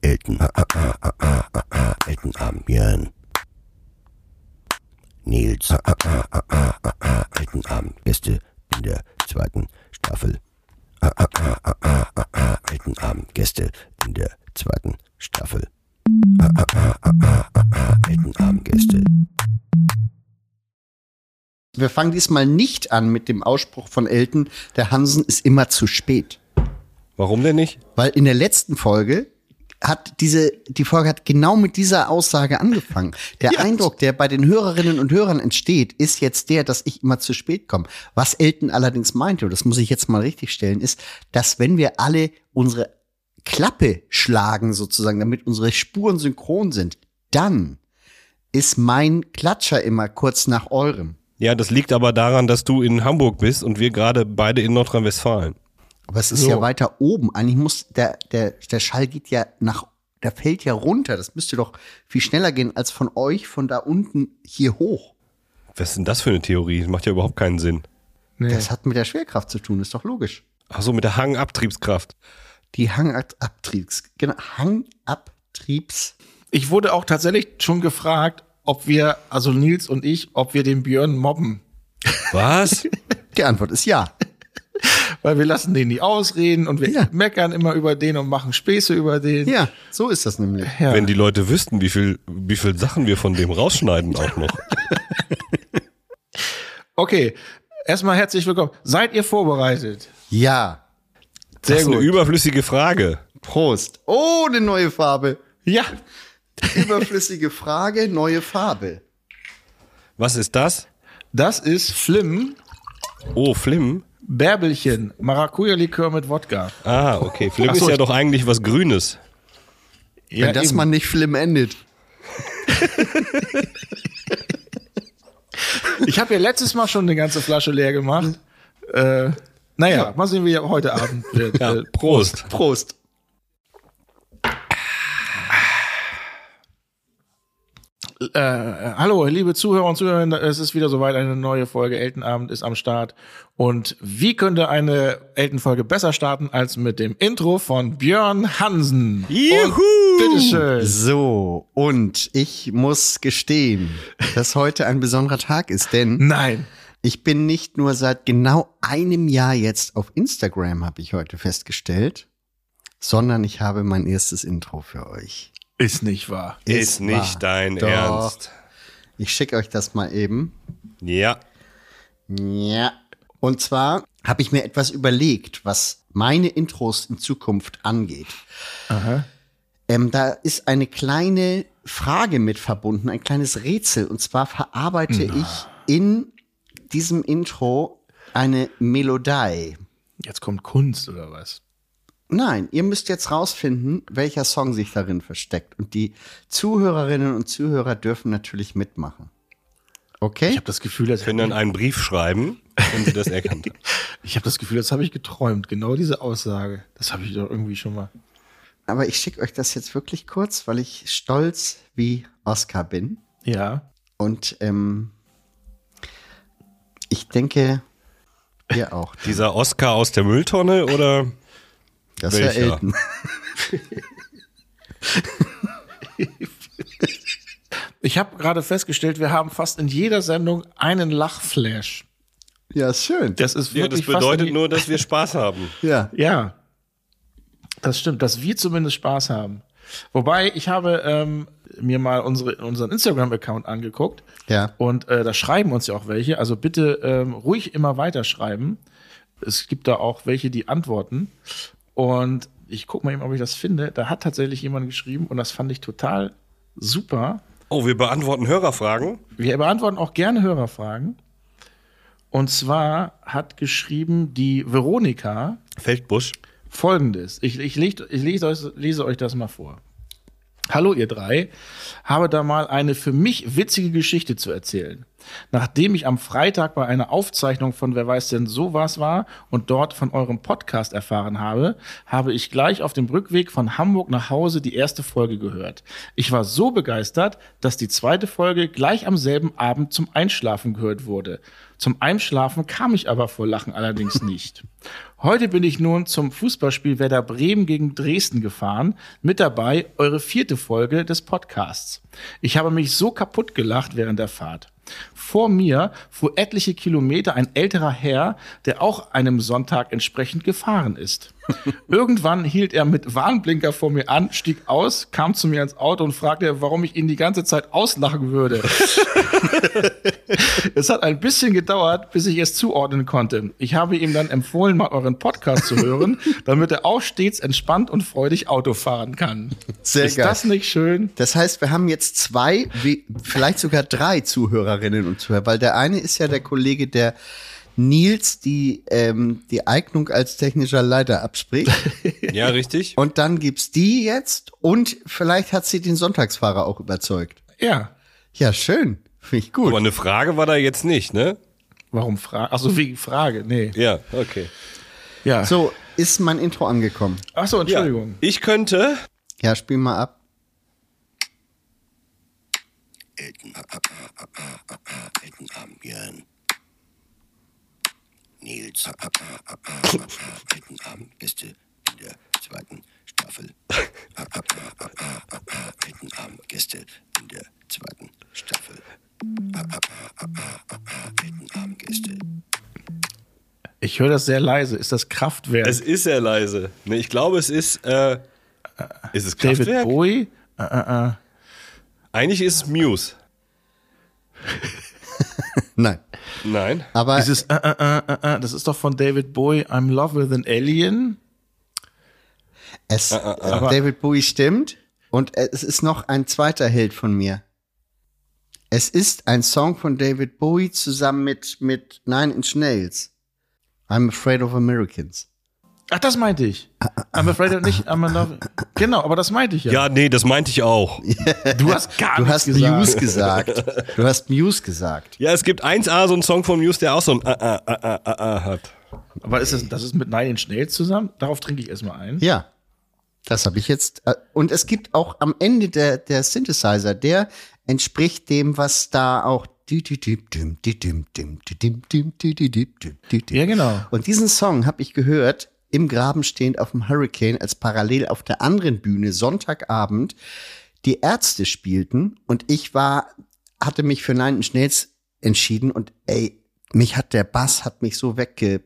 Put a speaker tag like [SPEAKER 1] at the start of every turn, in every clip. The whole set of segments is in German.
[SPEAKER 1] Elton, ah, ah, ah, ah, ah, ah, Elton Abend, Björn. Nils, ah, ah, ah, ah, ah, ah, ah, Elton Abend, Gäste in der zweiten Staffel. Ah, ah, ah, ah, ah, ah, ah, Elton Abend, Gäste in der zweiten Staffel. Ah, ah, ah, ah, ah, ah, ah, Elton Abend, Gäste.
[SPEAKER 2] Wir fangen diesmal nicht an mit dem Ausspruch von Elton, der Hansen ist immer zu spät.
[SPEAKER 3] Warum denn nicht?
[SPEAKER 2] Weil in der letzten Folge hat diese, die Folge hat genau mit dieser Aussage angefangen. Der Eindruck, der bei den Hörerinnen und Hörern entsteht, ist jetzt der, dass ich immer zu spät komme. Was Elton allerdings meinte, und das muss ich jetzt mal richtigstellen, ist, dass wenn wir alle unsere Klappe schlagen sozusagen, damit unsere Spuren synchron sind, dann ist mein Klatscher immer kurz nach eurem.
[SPEAKER 3] Ja, das liegt aber daran, dass du in Hamburg bist und wir gerade beide in Nordrhein-Westfalen.
[SPEAKER 2] Aber es ist
[SPEAKER 3] So.
[SPEAKER 2] ja weiter oben. Eigentlich muss der, der, der Schall geht ja nach, der fällt ja runter. Das müsste doch viel schneller gehen als von euch von da unten hier hoch.
[SPEAKER 3] Was ist denn das für eine Theorie? Das macht ja überhaupt keinen Sinn.
[SPEAKER 4] Nee.
[SPEAKER 2] Das hat mit der Schwerkraft zu tun, ist doch logisch.
[SPEAKER 3] Ach so, mit der Hangabtriebskraft.
[SPEAKER 2] Die Hangabtriebs, genau, Hangabtriebs.
[SPEAKER 4] Ich wurde auch tatsächlich schon gefragt, ob wir, also Nils und ich, ob wir den Björn mobben.
[SPEAKER 3] Was?
[SPEAKER 2] Die Antwort ist ja.
[SPEAKER 4] Weil wir lassen den nie ausreden und wir
[SPEAKER 2] Ja.
[SPEAKER 4] meckern immer über den und machen Späße über den.
[SPEAKER 2] Ja, so ist das nämlich.
[SPEAKER 4] Ja.
[SPEAKER 3] Wenn die Leute wüssten, wie viel, wie viel Sachen wir von dem rausschneiden auch noch.
[SPEAKER 4] Okay, erstmal herzlich willkommen. Seid ihr vorbereitet?
[SPEAKER 2] Ja,
[SPEAKER 3] das ist eine überflüssige Frage.
[SPEAKER 2] Prost. Oh, eine neue Farbe.
[SPEAKER 4] Ja,
[SPEAKER 2] Überflüssige Frage, neue Farbe.
[SPEAKER 3] Was ist das?
[SPEAKER 4] das ist Flim
[SPEAKER 3] Oh, Flim.
[SPEAKER 4] Bärbelchen, Maracuja-Likör mit Wodka.
[SPEAKER 3] Ah, okay. Flim
[SPEAKER 4] Ach
[SPEAKER 3] ist
[SPEAKER 4] so,
[SPEAKER 3] ja
[SPEAKER 4] ich-
[SPEAKER 3] doch eigentlich was Grünes.
[SPEAKER 4] Ja,
[SPEAKER 2] Wenn das
[SPEAKER 4] eben.
[SPEAKER 2] mal nicht schlimm endet.
[SPEAKER 4] Ich habe ja letztes Mal schon eine ganze Flasche leer gemacht. Äh, naja, mal sehen, wie er heute Abend wird.
[SPEAKER 3] Ja,
[SPEAKER 4] Äh,
[SPEAKER 3] Prost.
[SPEAKER 2] Prost.
[SPEAKER 4] äh, hallo, liebe Zuhörer und Zuhörer, es ist wieder soweit, eine neue Folge Eltenabend ist am Start. Und wie könnte eine Eltenfolge besser starten als mit dem Intro von Björn Hansen?
[SPEAKER 3] Juhu!
[SPEAKER 4] Und bitteschön.
[SPEAKER 2] So, und ich muss gestehen, dass heute ein besonderer Tag ist, denn
[SPEAKER 3] Hm.
[SPEAKER 4] Nein.
[SPEAKER 2] ich bin nicht nur seit genau einem Jahr jetzt auf Instagram, habe ich heute festgestellt, sondern ich habe mein erstes Intro für euch.
[SPEAKER 4] Ist nicht wahr.
[SPEAKER 3] Ist nicht
[SPEAKER 2] wahr.
[SPEAKER 3] dein
[SPEAKER 2] Doch.
[SPEAKER 3] Ernst.
[SPEAKER 2] Ich schicke euch das mal eben.
[SPEAKER 3] Ja.
[SPEAKER 2] Ja. Und zwar habe ich mir etwas überlegt, was meine Intros in Zukunft angeht. Ähm, da ist eine kleine Frage mit verbunden, ein kleines Rätsel. Und zwar verarbeite ich in diesem Intro eine Melodie.
[SPEAKER 4] Jetzt kommt Kunst oder was?
[SPEAKER 2] Nein, ihr müsst jetzt rausfinden, welcher Song sich darin versteckt. Und die Zuhörerinnen und Zuhörer dürfen natürlich mitmachen. Okay?
[SPEAKER 4] Ich habe das Gefühl, das
[SPEAKER 3] Können dann einen Brief schreiben, wenn sie das erkannt haben.
[SPEAKER 4] Ich habe das Gefühl, das habe ich geträumt. Genau diese Aussage. Das habe ich doch irgendwie schon mal.
[SPEAKER 2] Aber ich schicke euch das jetzt wirklich kurz, weil ich stolz wie Oscar bin.
[SPEAKER 4] Ja.
[SPEAKER 2] Und ähm, ich denke, ihr auch.
[SPEAKER 3] Dieser Oscar aus der Mülltonne oder?
[SPEAKER 2] Das wäre
[SPEAKER 3] Welcher?
[SPEAKER 2] Elton.
[SPEAKER 4] Ich habe gerade festgestellt, wir haben fast in jeder Sendung einen Lachflash.
[SPEAKER 2] Ja, ist schön.
[SPEAKER 4] Das ist
[SPEAKER 3] Ja, das
[SPEAKER 4] wirklich fast in
[SPEAKER 3] bedeutet
[SPEAKER 4] je-
[SPEAKER 3] nur, dass wir Spaß haben.
[SPEAKER 2] Ja.
[SPEAKER 4] Ja, das stimmt, dass wir zumindest Spaß haben. Wobei, ich habe ähm, mir mal unsere, unseren Instagram-Account angeguckt
[SPEAKER 2] Ja.
[SPEAKER 4] und äh, da schreiben uns ja auch welche. Also bitte ähm, ruhig immer weiterschreiben. Es gibt da auch welche, die antworten. Und ich gucke mal eben, ob ich das finde. Da hat tatsächlich jemand geschrieben und das fand ich total super.
[SPEAKER 3] Oh, wir beantworten Hörerfragen.
[SPEAKER 4] Wir beantworten auch gerne Hörerfragen. Und zwar hat geschrieben die Veronika,
[SPEAKER 3] Feldbusch.
[SPEAKER 4] Folgendes. Ich, ich, leg- ich lese, euch- lese euch das mal vor. Hallo ihr drei, habe da mal eine für mich witzige Geschichte zu erzählen. Nachdem ich am Freitag bei einer Aufzeichnung von Wer weiß denn sowas war und dort von eurem Podcast erfahren habe, habe ich gleich auf dem Rückweg von Hamburg nach Hause die erste Folge gehört. Ich war so begeistert, dass die zweite Folge gleich am selben Abend zum Einschlafen gehört wurde. Zum Einschlafen kam ich aber vor Lachen allerdings nicht. Heute bin ich nun zum Fußballspiel Werder Bremen gegen Dresden gefahren. Mit dabei eure vierte Folge des Podcasts. Ich habe mich so kaputt gelacht während der Fahrt. Vor mir fuhr etliche Kilometer ein älterer Herr, der auch einem Sonntag entsprechend gefahren ist. Irgendwann hielt er mit Warnblinker vor mir an, stieg aus, kam zu mir ins Auto und fragte, warum ich ihn die ganze Zeit auslachen würde. es hat ein bisschen gedauert, bis ich es zuordnen konnte. Ich habe ihm dann empfohlen, mal euren Podcast zu hören, damit er auch stets entspannt und freudig Auto fahren kann.
[SPEAKER 2] Sehr
[SPEAKER 4] Ist
[SPEAKER 2] geil.
[SPEAKER 4] das nicht schön?
[SPEAKER 2] Das heißt, wir haben jetzt zwei, wie- vielleicht sogar drei Zuhörerinnen und Zuhörer, weil der eine ist ja der Kollege, der Nils die, ähm, die Eignung als technischer Leiter abspricht.
[SPEAKER 3] Ja, richtig.
[SPEAKER 2] Und dann gibt's die jetzt und vielleicht hat sie den Sonntagsfahrer auch überzeugt.
[SPEAKER 4] Ja.
[SPEAKER 2] Ja, schön. Finde ich
[SPEAKER 3] Oh, Aber
[SPEAKER 2] gut.
[SPEAKER 3] eine Frage war da jetzt nicht, ne?
[SPEAKER 4] Warum Frage? Achso, wegen Frage. Nee.
[SPEAKER 3] Ja, okay.
[SPEAKER 4] Ja. So.
[SPEAKER 2] So, ist mein Intro angekommen.
[SPEAKER 4] Achso,
[SPEAKER 3] Ja,
[SPEAKER 4] Entschuldigung.
[SPEAKER 3] ich könnte
[SPEAKER 2] Ja, spiel mal ab.
[SPEAKER 1] Elton Abend, Björn. Nils. ah, Elton Abend, Gäste in der zweiten Staffel. Ah, Elton Abend, Gäste in der zweiten Staffel. Elton Abend, Gäste.
[SPEAKER 4] Ich höre das sehr leise. Ist das Kraftwerk?
[SPEAKER 3] Es ist sehr leise. Ne, ich glaube, es ist. Äh, ist es
[SPEAKER 4] David
[SPEAKER 3] Kraftwerk?
[SPEAKER 4] Bowie? Äh, äh, äh.
[SPEAKER 3] Eigentlich ist es Muse.
[SPEAKER 2] Nein.
[SPEAKER 3] Nein.
[SPEAKER 2] Aber
[SPEAKER 4] Dieses äh, äh, äh, äh, äh, das ist doch von David Bowie, I'm in Love with an Alien.
[SPEAKER 2] es, David Bowie stimmt. Und es ist noch ein zweiter Held von mir. Es ist ein Song von David Bowie zusammen mit, mit Nine Inch Nails. I'm afraid of Americans.
[SPEAKER 4] Ach, das meinte ich. I'm afraid of nicht, I'm in love. Genau, aber das meinte ich ja.
[SPEAKER 3] Ja, nee, das meinte ich auch.
[SPEAKER 4] du hast gar
[SPEAKER 2] Du
[SPEAKER 4] nichts
[SPEAKER 2] hast
[SPEAKER 4] gesagt.
[SPEAKER 2] Muse gesagt. Du hast Muse gesagt.
[SPEAKER 3] Ja, es gibt 1A so einen Song von Muse, der auch so ein ah, ah, ah, ah, ah, hat.
[SPEAKER 4] Aber ist das, das ist mit Nine Inch Nails zusammen? Darauf trinke ich erstmal ein.
[SPEAKER 2] Ja. Das habe ich jetzt. äh, Und es gibt auch am Ende der, der Synthesizer, der entspricht dem, was da auch.
[SPEAKER 4] Ja,
[SPEAKER 2] Ja,
[SPEAKER 4] genau.
[SPEAKER 2] Und diesen Song habe ich gehört im Graben stehend auf dem Hurricane, als parallel auf der anderen Bühne Sonntagabend die Ärzte spielten und ich war, hatte mich für Nine Inch Nails entschieden und ey, mich hat der Bass hat mich so wegge,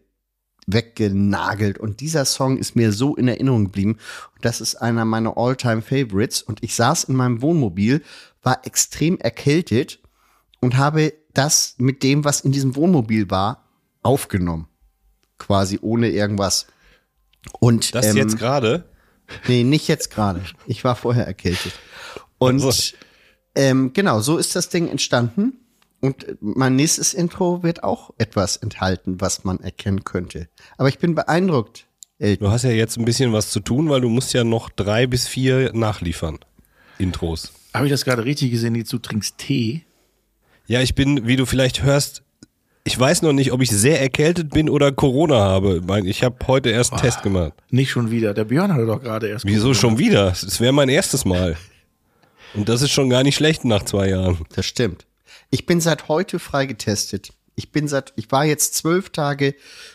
[SPEAKER 2] weggenagelt und dieser Song ist mir so in Erinnerung geblieben und das ist einer meiner All-Time Favorites und ich saß in meinem Wohnmobil, war extrem erkältet und habe das mit dem, was in diesem Wohnmobil war, aufgenommen. Quasi ohne irgendwas. Und
[SPEAKER 3] Das
[SPEAKER 2] ähm,
[SPEAKER 3] jetzt gerade.
[SPEAKER 2] Nee, nicht jetzt gerade. Ich war vorher erkältet. Und
[SPEAKER 3] Also.
[SPEAKER 2] ähm, genau, so ist das Ding entstanden. Und mein nächstes Intro wird auch etwas enthalten, was man erkennen könnte. Aber ich bin beeindruckt, Äh, Elton.
[SPEAKER 3] Du hast ja jetzt ein bisschen was zu tun, weil du musst ja noch drei bis vier nachliefern. Intros.
[SPEAKER 4] Habe ich das gerade richtig gesehen? Nee, du trinkst Tee.
[SPEAKER 3] Ja, ich bin, wie du vielleicht hörst, ich weiß noch nicht, ob ich sehr erkältet bin oder Corona habe. Ich meine, Ich habe heute erst einen Test gemacht.
[SPEAKER 4] Nicht schon wieder. Der Björn hatte doch gerade erst.
[SPEAKER 3] Wieso schon wieder? Es wäre mein erstes Mal. Und das ist schon gar nicht schlecht nach zwei Jahren.
[SPEAKER 2] Das stimmt. Ich bin seit heute freigetestet. Ich bin seit, ich war jetzt zwölf Tage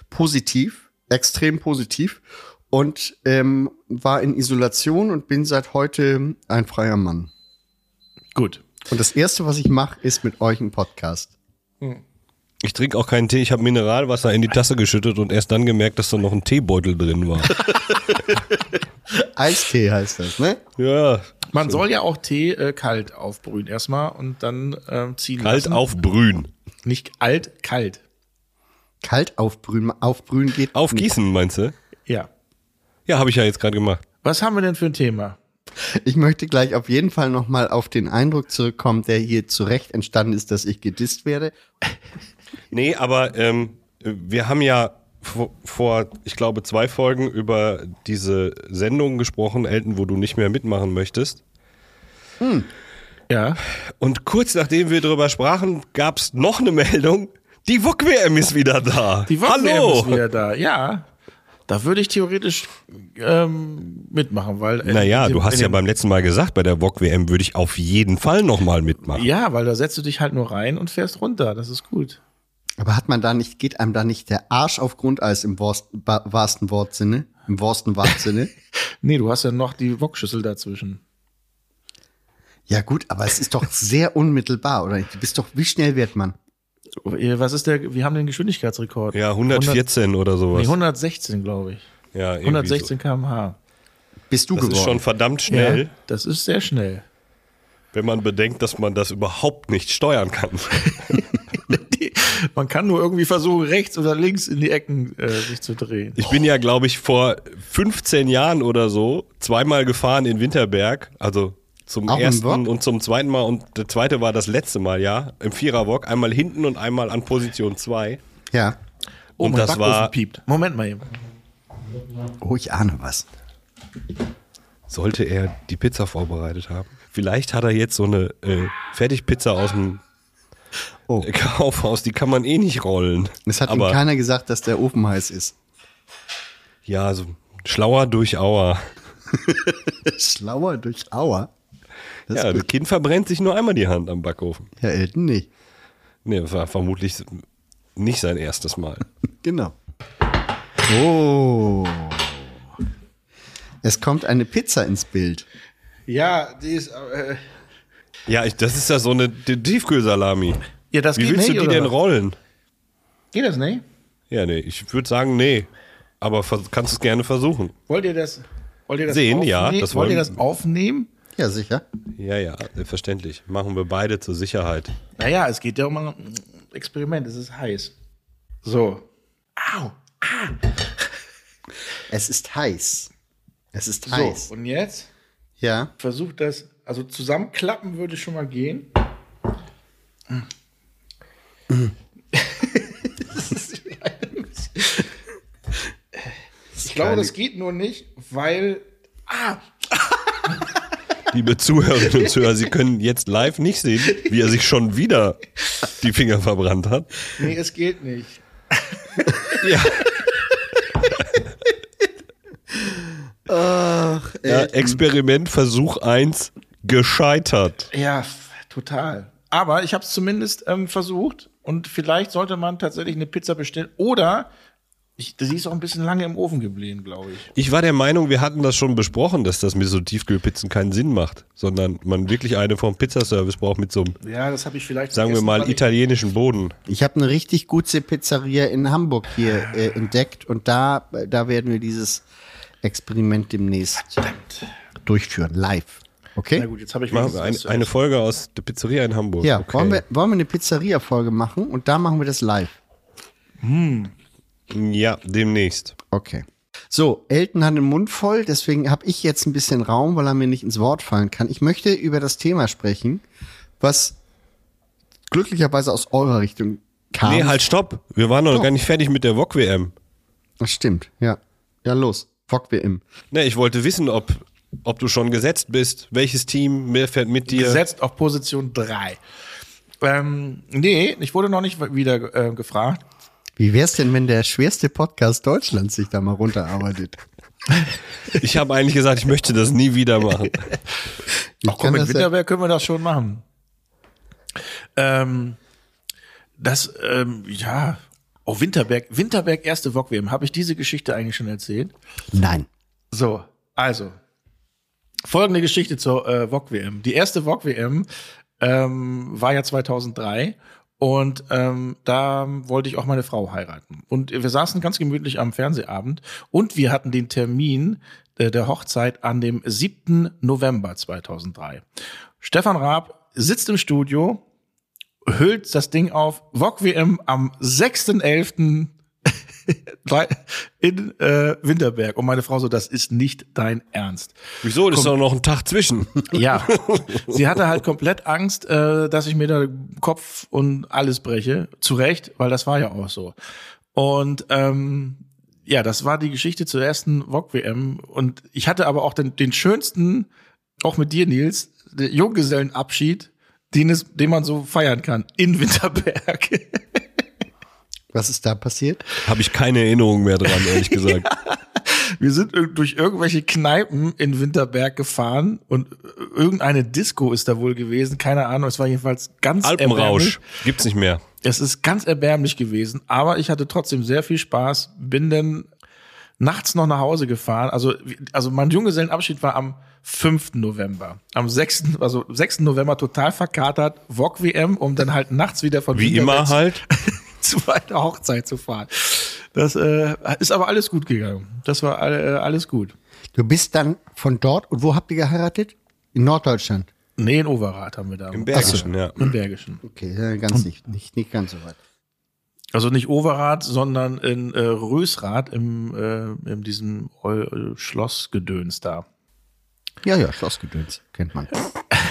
[SPEAKER 2] positiv, extrem positiv und ähm, war in Isolation und bin seit heute ein freier Mann.
[SPEAKER 4] Gut.
[SPEAKER 2] Und das erste, was ich mache, ist mit euch einen Podcast.
[SPEAKER 3] Ich trinke auch keinen Tee. Ich habe Mineralwasser in die Tasse geschüttet und erst dann gemerkt, dass da noch ein Teebeutel drin war.
[SPEAKER 2] Eistee heißt das, ne?
[SPEAKER 3] ja.
[SPEAKER 4] Man soll ja auch Tee äh, kalt aufbrühen erstmal und dann ähm, ziehen
[SPEAKER 3] Kalt
[SPEAKER 4] lassen.
[SPEAKER 3] aufbrühen.
[SPEAKER 4] Nicht alt, kalt.
[SPEAKER 2] Kalt aufbrühen, aufbrühen geht.
[SPEAKER 3] Aufgießen, meinst du?
[SPEAKER 4] Ja.
[SPEAKER 3] Ja, habe ich ja jetzt gerade gemacht.
[SPEAKER 4] Was haben wir denn für ein Thema?
[SPEAKER 2] Ich möchte gleich auf jeden Fall nochmal auf den Eindruck zurückkommen, der hier zu Recht entstanden ist, dass ich gedisst werde.
[SPEAKER 3] Nee, aber ähm, wir haben ja vor, vor, ich glaube, zwei Folgen über diese Sendung gesprochen, Elton, wo du nicht mehr mitmachen möchtest.
[SPEAKER 4] Ja.
[SPEAKER 3] Und kurz nachdem wir darüber sprachen, gab es noch eine Meldung. Die WOC-WM ist wieder da.
[SPEAKER 4] Die Hallo.
[SPEAKER 3] Hallo.
[SPEAKER 4] ist wieder da. Ja. Da würde ich theoretisch ähm, mitmachen, weil. äh,
[SPEAKER 3] Naja,
[SPEAKER 4] in dem-
[SPEAKER 3] du hast
[SPEAKER 4] in
[SPEAKER 3] ja
[SPEAKER 4] dem-
[SPEAKER 3] beim letzten Mal gesagt, bei der WOC-WM würde ich auf jeden Fall nochmal mitmachen.
[SPEAKER 4] Ja, weil da setzt du dich halt nur rein und fährst runter. Das ist gut.
[SPEAKER 2] Aber hat man da nicht, geht einem da nicht der Arsch auf Grundeis im Worst, ba, wahrsten Wortsinne? Im wahrsten Wortsinne?
[SPEAKER 4] Nee, du hast ja noch die Wokschüssel dazwischen.
[SPEAKER 2] ja, gut, aber es ist doch sehr unmittelbar, oder? Du bist doch, wie schnell wird man?
[SPEAKER 4] Äh, Was ist der? Wir haben den Geschwindigkeitsrekord.
[SPEAKER 3] Ja, 114 oder
[SPEAKER 4] Nee,
[SPEAKER 3] sowas.
[SPEAKER 4] 116, glaube ich.
[SPEAKER 3] ja, irgendwie
[SPEAKER 4] 116 km/h.
[SPEAKER 2] Bist du
[SPEAKER 3] So. Das ist schon
[SPEAKER 2] geworden?
[SPEAKER 3] verdammt schnell,
[SPEAKER 4] Ja, das ist sehr schnell.
[SPEAKER 3] wenn man bedenkt, dass man das überhaupt nicht steuern kann.
[SPEAKER 4] Die- Man kann nur irgendwie versuchen, rechts oder links in die Ecken äh, sich zu drehen.
[SPEAKER 3] Ich
[SPEAKER 2] Oh.
[SPEAKER 3] bin ja, glaube ich, vor 15 Jahren oder so zweimal gefahren in Winterberg. Also zum
[SPEAKER 2] Auch im
[SPEAKER 3] ersten
[SPEAKER 2] Wok?
[SPEAKER 3] und zum zweiten Mal. Und der zweite war das letzte Mal, ja. Im Vierer-Wok. Einmal hinten und einmal an Position 2.
[SPEAKER 2] Ja.
[SPEAKER 3] und
[SPEAKER 4] Oh, mein
[SPEAKER 3] das
[SPEAKER 4] Backofen
[SPEAKER 3] war-
[SPEAKER 4] piept. Moment mal eben.
[SPEAKER 2] Oh, ich ahne was.
[SPEAKER 3] Sollte er die Pizza vorbereitet haben? Vielleicht hat er jetzt so eine äh, Fertigpizza aus dem
[SPEAKER 2] Oh.
[SPEAKER 3] Kaufhaus. Die kann man eh nicht rollen.
[SPEAKER 2] Es hat
[SPEAKER 3] Aber
[SPEAKER 2] ihm keiner gesagt, dass der Ofen heiß ist.
[SPEAKER 3] ja, so schlauer durch Auer.
[SPEAKER 2] Schlauer durch Auer. Das
[SPEAKER 3] Ja,
[SPEAKER 2] ist
[SPEAKER 3] das
[SPEAKER 2] gut.
[SPEAKER 3] Kind verbrennt sich nur einmal die Hand am Backofen.
[SPEAKER 2] Herr Elton nicht.
[SPEAKER 3] Nee, das war vermutlich nicht sein erstes Mal.
[SPEAKER 2] Genau. Oh. Es kommt eine Pizza ins Bild.
[SPEAKER 4] Ja, die ist. Äh,
[SPEAKER 3] Ja, ich, das ist ja so eine die Tiefkühlsalami.
[SPEAKER 4] ja, das
[SPEAKER 3] Wie
[SPEAKER 4] geht
[SPEAKER 3] willst
[SPEAKER 4] nicht,
[SPEAKER 3] du die
[SPEAKER 4] oder
[SPEAKER 3] denn
[SPEAKER 4] was?
[SPEAKER 3] rollen?
[SPEAKER 4] Geht das nicht?
[SPEAKER 3] Ja, nee, ich würde sagen, nee. Aber vers- kannst es gerne versuchen.
[SPEAKER 4] Wollt ihr das? Wollt ihr das
[SPEAKER 3] Sehen, ja,
[SPEAKER 4] aufne-
[SPEAKER 3] das
[SPEAKER 4] wollt ihr
[SPEAKER 3] wollen-
[SPEAKER 4] das aufnehmen?
[SPEAKER 2] Ja, sicher.
[SPEAKER 3] Ja, ja, selbstverständlich. Machen wir beide zur Sicherheit.
[SPEAKER 4] Naja, es geht ja um ein Experiment. Es ist heiß. So. Au.
[SPEAKER 2] Es ist heiß. Es ist heiß.
[SPEAKER 4] So. Und jetzt
[SPEAKER 2] Ja.
[SPEAKER 4] versucht das. Also zusammenklappen würde schon mal gehen. Das ist wie eine Miss- ich glaube, das geht nur nicht, weil. Ah,
[SPEAKER 3] Liebe Zuhörerinnen und Zuhörer, Sie können jetzt live nicht sehen, wie er sich schon wieder die Finger verbrannt hat.
[SPEAKER 4] nee, es geht nicht.
[SPEAKER 3] Ja, ja Experiment Versuch 1 gescheitert.
[SPEAKER 4] Ja, f- total. Aber ich habe es zumindest ähm, versucht und vielleicht sollte man tatsächlich eine Pizza bestellen oder ich, die ist auch ein bisschen lange im Ofen geblieben, glaube ich.
[SPEAKER 3] Ich war der Meinung, wir hatten das schon besprochen, dass das mit so Tiefkühlpizzen keinen Sinn macht, sondern man wirklich eine vom Pizzaservice braucht mit so einem,
[SPEAKER 4] Ja, das habe ich vielleicht.
[SPEAKER 3] sagen wir
[SPEAKER 4] vergessen,
[SPEAKER 3] mal,
[SPEAKER 4] weil ich-
[SPEAKER 3] italienischen Boden.
[SPEAKER 2] Ich habe eine richtig gute Pizzeria in Hamburg hier äh, entdeckt und da, da werden wir dieses Experiment demnächst durchführen, live.
[SPEAKER 4] Na
[SPEAKER 2] Okay?
[SPEAKER 4] gut, jetzt habe ich
[SPEAKER 3] Machen
[SPEAKER 4] wenigstens
[SPEAKER 3] wir
[SPEAKER 4] was
[SPEAKER 3] eine,
[SPEAKER 4] zu
[SPEAKER 3] eine
[SPEAKER 4] essen.
[SPEAKER 3] Folge aus der Pizzeria in Hamburg.
[SPEAKER 2] Ja,
[SPEAKER 3] Okay.
[SPEAKER 2] wollen, wir, wollen wir eine Pizzeria-Folge machen und da machen wir das live.
[SPEAKER 3] Ja, demnächst.
[SPEAKER 2] Okay. So, Elton hat den Mund voll, deswegen habe ich jetzt ein bisschen Raum, weil er mir nicht ins Wort fallen kann. Ich möchte über das Thema sprechen, was glücklicherweise aus eurer Richtung kam.
[SPEAKER 3] Nee, halt, stopp. Wir waren noch gar nicht fertig mit der VOG-WM.
[SPEAKER 2] Das stimmt, ja. Ja, los. Fock wir im.
[SPEAKER 3] Ne, ich wollte wissen, ob, ob du schon gesetzt bist, welches Team mehr fährt mit dir.
[SPEAKER 4] gesetzt auf Position 3. Ähm, nee, ich wurde noch nicht wieder äh, gefragt.
[SPEAKER 2] Wie wär's denn, wenn der schwerste Podcast Deutschlands sich da mal runterarbeitet?
[SPEAKER 3] Ich habe eigentlich gesagt, ich möchte das nie wieder machen.
[SPEAKER 2] Ich
[SPEAKER 4] Auch komm, mit
[SPEAKER 2] das ja-
[SPEAKER 4] Winterberg können wir das schon machen. Ähm, das, ähm, ja, auch Winterberg, Winterberg erste Wok WM, habe ich diese Geschichte eigentlich schon erzählt?
[SPEAKER 2] Nein.
[SPEAKER 4] So, also. Folgende Geschichte zur äh, Wok WM. Die erste Wok WM ähm, war ja 2003 und ähm, da wollte ich auch meine Frau heiraten. Und wir saßen ganz gemütlich am Fernsehabend und wir hatten den Termin äh, der Hochzeit an dem 7. November 2003. Stefan Raab sitzt im Studio, hüllt das Ding auf. Wok WM am 6.11. in äh, Winterberg. Und meine Frau so, das ist nicht dein Ernst.
[SPEAKER 3] Wieso? Das ist doch noch ein Tag zwischen.
[SPEAKER 4] Ja, sie hatte halt komplett Angst, äh, dass ich mir da Kopf und alles breche. Zu Recht, weil das war ja auch so. Und ähm, ja, das war die Geschichte zur ersten VOG-WM. Und ich hatte aber auch den, den schönsten, auch mit dir, Nils, der Junggesellenabschied, den, es, den man so feiern kann in Winterberg.
[SPEAKER 2] Was ist da passiert?
[SPEAKER 3] Habe ich keine Erinnerung mehr dran, ehrlich gesagt.
[SPEAKER 4] Wir sind ir- durch irgendwelche Kneipen in Winterberg gefahren und irgendeine Disco ist da wohl gewesen, keine Ahnung. Es war jedenfalls ganz erbärmlich.
[SPEAKER 3] Alpenrausch gibt's nicht mehr.
[SPEAKER 4] Es ist ganz erbärmlich gewesen, aber ich hatte trotzdem sehr viel Spaß, bin dann nachts noch nach Hause gefahren. Also, wie- also mein Junggesellenabschied war am 5. November. Am 6., also 6. November total verkatert, VOG-WM, um dann halt nachts wieder von
[SPEAKER 3] Wie
[SPEAKER 4] Winterberg
[SPEAKER 3] immer
[SPEAKER 4] zu-
[SPEAKER 3] halt.
[SPEAKER 4] zu einer Hochzeit zu fahren. Das äh, ist aber alles gut gegangen. Das war all- äh, alles gut.
[SPEAKER 2] Du bist dann von dort und wo habt ihr geheiratet? In Norddeutschland.
[SPEAKER 4] Nee, in Overath haben wir da.
[SPEAKER 3] Im Bergischen, ja.
[SPEAKER 4] Im Bergischen.
[SPEAKER 2] Okay, ja, ganz nicht, nicht, nicht ganz so weit.
[SPEAKER 4] Also nicht Overath, sondern in äh, Rösrath im äh, in diesem Eu- äh, Schlossgedöns da.
[SPEAKER 2] Ja, ja, Schlossgedöns kennt man.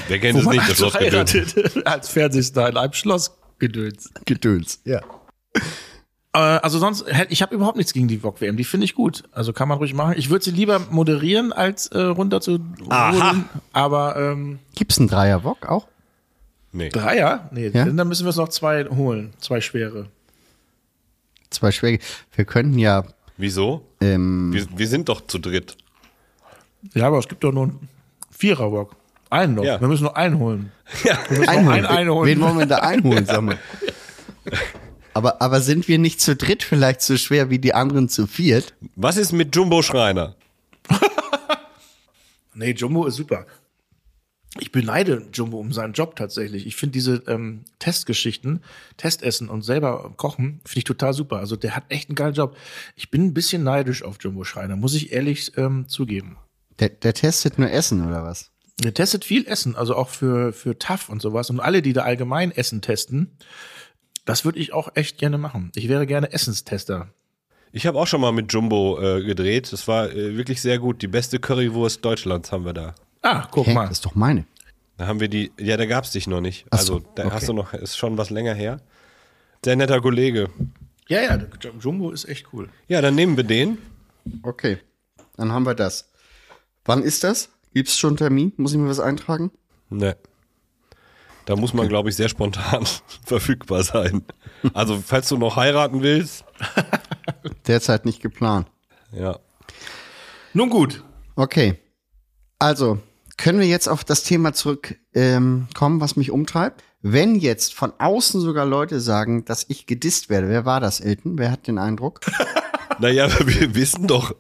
[SPEAKER 3] Wer kennt es nicht, das
[SPEAKER 4] also
[SPEAKER 3] Schlossgedöns.
[SPEAKER 4] heiratet als Fernsehstar in einem Schlossgedöns.
[SPEAKER 2] Gedöns, ja.
[SPEAKER 4] Äh, also sonst, hä- ich habe überhaupt nichts gegen die VOG-WM. Die finde ich gut. Also kann man ruhig machen. Ich würde sie lieber moderieren, als äh, runter zu rodeln. Aber ähm,
[SPEAKER 2] Gibt's einen Dreier-Wok auch?
[SPEAKER 3] Nee.
[SPEAKER 4] Dreier? Nee,
[SPEAKER 2] Ja?
[SPEAKER 4] dann müssen wir uns noch zwei holen. Zwei schwere.
[SPEAKER 2] Zwei Schwäge. Wir könnten ja,
[SPEAKER 3] Wieso?
[SPEAKER 2] ähm,
[SPEAKER 3] Wir, wir sind doch zu dritt.
[SPEAKER 4] Ja, aber es gibt doch nur einen Vierer-Wok. Einen noch.
[SPEAKER 3] Ja.
[SPEAKER 4] Wir müssen noch einen holen.
[SPEAKER 3] Ja.
[SPEAKER 2] einholen.
[SPEAKER 4] einen einholen.
[SPEAKER 2] Wen wollen wir da einholen, sag mal? Aber, aber sind wir nicht zu dritt vielleicht so schwer wie die anderen zu viert?
[SPEAKER 3] Was ist mit Jumbo Schreiner?
[SPEAKER 4] Nee, Jumbo ist super. Ich beneide Jumbo um seinen Job tatsächlich. Ich finde diese ähm, Testgeschichten, Testessen und selber kochen, finde ich total super. Also der hat echt einen geilen Job. Ich bin ein bisschen neidisch auf Jumbo Schreiner, muss ich ehrlich ähm, zugeben.
[SPEAKER 2] Der, der testet nur Essen oder was?
[SPEAKER 4] Der testet viel Essen, also auch für, für TAF und sowas. Und alle, die da allgemein Essen testen, das würde ich auch echt gerne machen. Ich wäre gerne Essenstester.
[SPEAKER 3] Ich habe auch schon mal mit Jumbo äh, gedreht. Das war äh, wirklich sehr gut. Die beste Currywurst Deutschlands haben wir da.
[SPEAKER 4] Ah, guck
[SPEAKER 2] Hä,
[SPEAKER 4] mal.
[SPEAKER 2] das ist doch meine.
[SPEAKER 3] Da haben wir die, ja, da gab's dich noch nicht.
[SPEAKER 2] Ach so,
[SPEAKER 3] also, da
[SPEAKER 2] okay.
[SPEAKER 3] hast du noch, ist schon was länger her. Sehr netter Kollege.
[SPEAKER 4] Ja, ja, der Jumbo ist echt cool.
[SPEAKER 3] Ja, dann nehmen wir den.
[SPEAKER 2] Okay, dann haben wir das. Wann ist das? Gibt's schon einen Termin? Muss ich mir was eintragen?
[SPEAKER 3] Ne. Da muss man, glaube ich, sehr spontan verfügbar sein. Also, falls du noch heiraten willst,
[SPEAKER 2] Derzeit nicht geplant.
[SPEAKER 3] ja.
[SPEAKER 4] Nun gut.
[SPEAKER 2] Okay. Also, können wir jetzt auf das Thema zurückkommen, ähm, kommen, was mich umtreibt? Wenn jetzt von außen sogar Leute sagen, dass ich gedisst werde, wer war das, Elton? Wer hat den Eindruck?
[SPEAKER 3] Naja, wir wissen doch,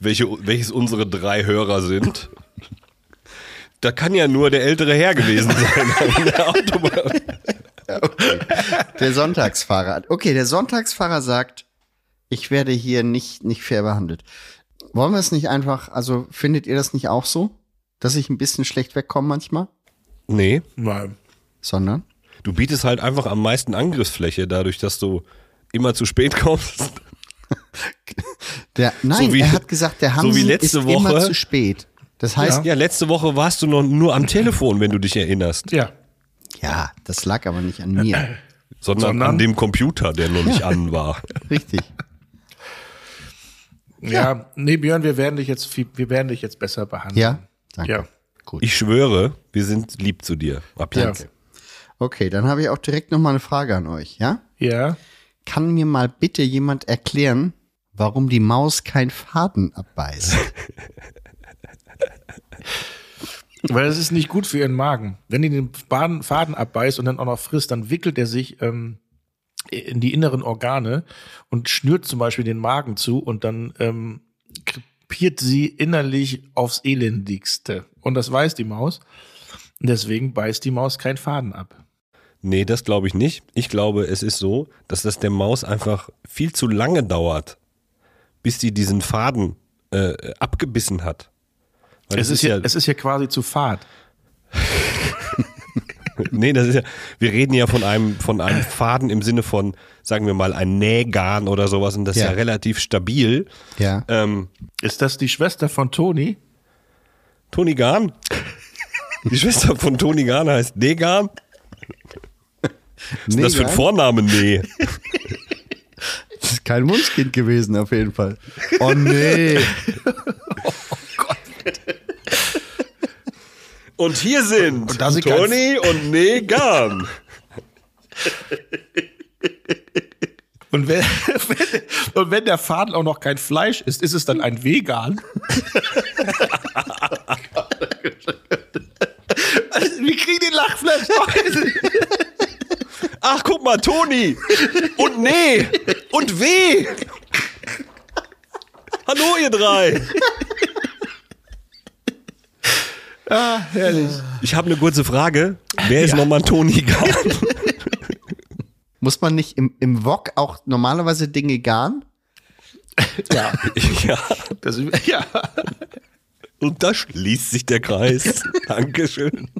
[SPEAKER 3] welche, welches unsere drei Hörer sind. Da kann ja nur der ältere Herr gewesen sein. an der Autobahn.
[SPEAKER 2] Der Sonntagsfahrer. Okay, der Sonntagsfahrer sagt, ich werde hier nicht, nicht fair behandelt. Wollen wir es nicht einfach, also findet ihr das nicht auch so, dass ich ein bisschen schlecht wegkomme manchmal?
[SPEAKER 3] nee.
[SPEAKER 4] Nein.
[SPEAKER 2] Sondern?
[SPEAKER 3] Du bietest halt einfach am meisten Angriffsfläche dadurch, dass du immer zu spät kommst.
[SPEAKER 2] Der, nein,
[SPEAKER 3] So wie-
[SPEAKER 2] er hat gesagt, der
[SPEAKER 3] so
[SPEAKER 2] Hansen
[SPEAKER 3] wie letzte
[SPEAKER 2] ist immer
[SPEAKER 3] Woche.
[SPEAKER 2] zu spät. Das heißt, ja.
[SPEAKER 3] Ja, letzte Woche warst du noch nur am Telefon, wenn du dich erinnerst,
[SPEAKER 4] Ja.
[SPEAKER 2] das lag aber nicht an mir.
[SPEAKER 3] sondern,
[SPEAKER 4] Sondern?
[SPEAKER 3] an dem Computer, der noch nicht an war.
[SPEAKER 2] Richtig.
[SPEAKER 4] Ja, nee, Björn, wir werden dich jetzt viel, wir werden dich jetzt besser behandeln.
[SPEAKER 2] Ja? Danke.
[SPEAKER 4] Ja.
[SPEAKER 2] Gut.
[SPEAKER 3] Ich schwöre, wir sind lieb zu dir. Ab
[SPEAKER 4] Ja.
[SPEAKER 3] jetzt.
[SPEAKER 2] Okay, dann habe ich auch direkt nochmal eine Frage an euch, ja?
[SPEAKER 4] Ja.
[SPEAKER 2] Kann mir mal bitte jemand erklären, warum die Maus keinen Faden abbeißt?
[SPEAKER 4] Weil es ist nicht gut für ihren Magen. Wenn die den Faden, Faden abbeißt und dann auch noch frisst, dann wickelt er sich ähm, in die inneren Organe und schnürt zum Beispiel den Magen zu und dann ähm, krepiert sie innerlich aufs Elendigste. Und das weiß die Maus. Und Deswegen beißt die Maus keinen Faden ab.
[SPEAKER 3] Nee, das glaube ich nicht. Ich glaube, es ist so, dass das der Maus einfach viel zu lange dauert, bis sie diesen Faden äh, abgebissen hat. Weil
[SPEAKER 4] Es
[SPEAKER 3] das
[SPEAKER 4] ist, ja, es ist ja quasi zu fad.
[SPEAKER 3] Nee, das ist ja, wir reden ja von einem, von einem Faden im Sinne von, sagen wir mal, ein Nähgarn oder sowas und das ist
[SPEAKER 2] Ja.
[SPEAKER 3] ja relativ stabil.
[SPEAKER 2] ja.
[SPEAKER 3] Ähm,
[SPEAKER 4] Ist das die Schwester von Toni?
[SPEAKER 3] Toni Garn? Die Schwester von Toni Garn heißt Negarn? Was ist das für ein
[SPEAKER 2] Mega.
[SPEAKER 3] Vorname? Nee.
[SPEAKER 2] Das ist kein Wunschkind gewesen, auf jeden Fall. Oh nee.
[SPEAKER 3] Und hier sind
[SPEAKER 4] Und da sind
[SPEAKER 3] Toni und Negan.
[SPEAKER 4] Und wenn, wenn, und wenn der Faden auch noch kein Fleisch ist, ist es dann ein Vegan? Wir kriegen den Lachflash.
[SPEAKER 3] Ach, guck mal, Toni. Und nee. Und weh. Hallo, ihr drei.
[SPEAKER 4] ah, herrlich.
[SPEAKER 3] Ich habe eine kurze Frage. Wer ist nochmal Toni Garn?
[SPEAKER 2] Muss man nicht im, im Wok auch normalerweise Dinge garen?
[SPEAKER 4] Ja,
[SPEAKER 3] ja.
[SPEAKER 4] das, ja.
[SPEAKER 3] Und da schließt sich der Kreis. Dankeschön.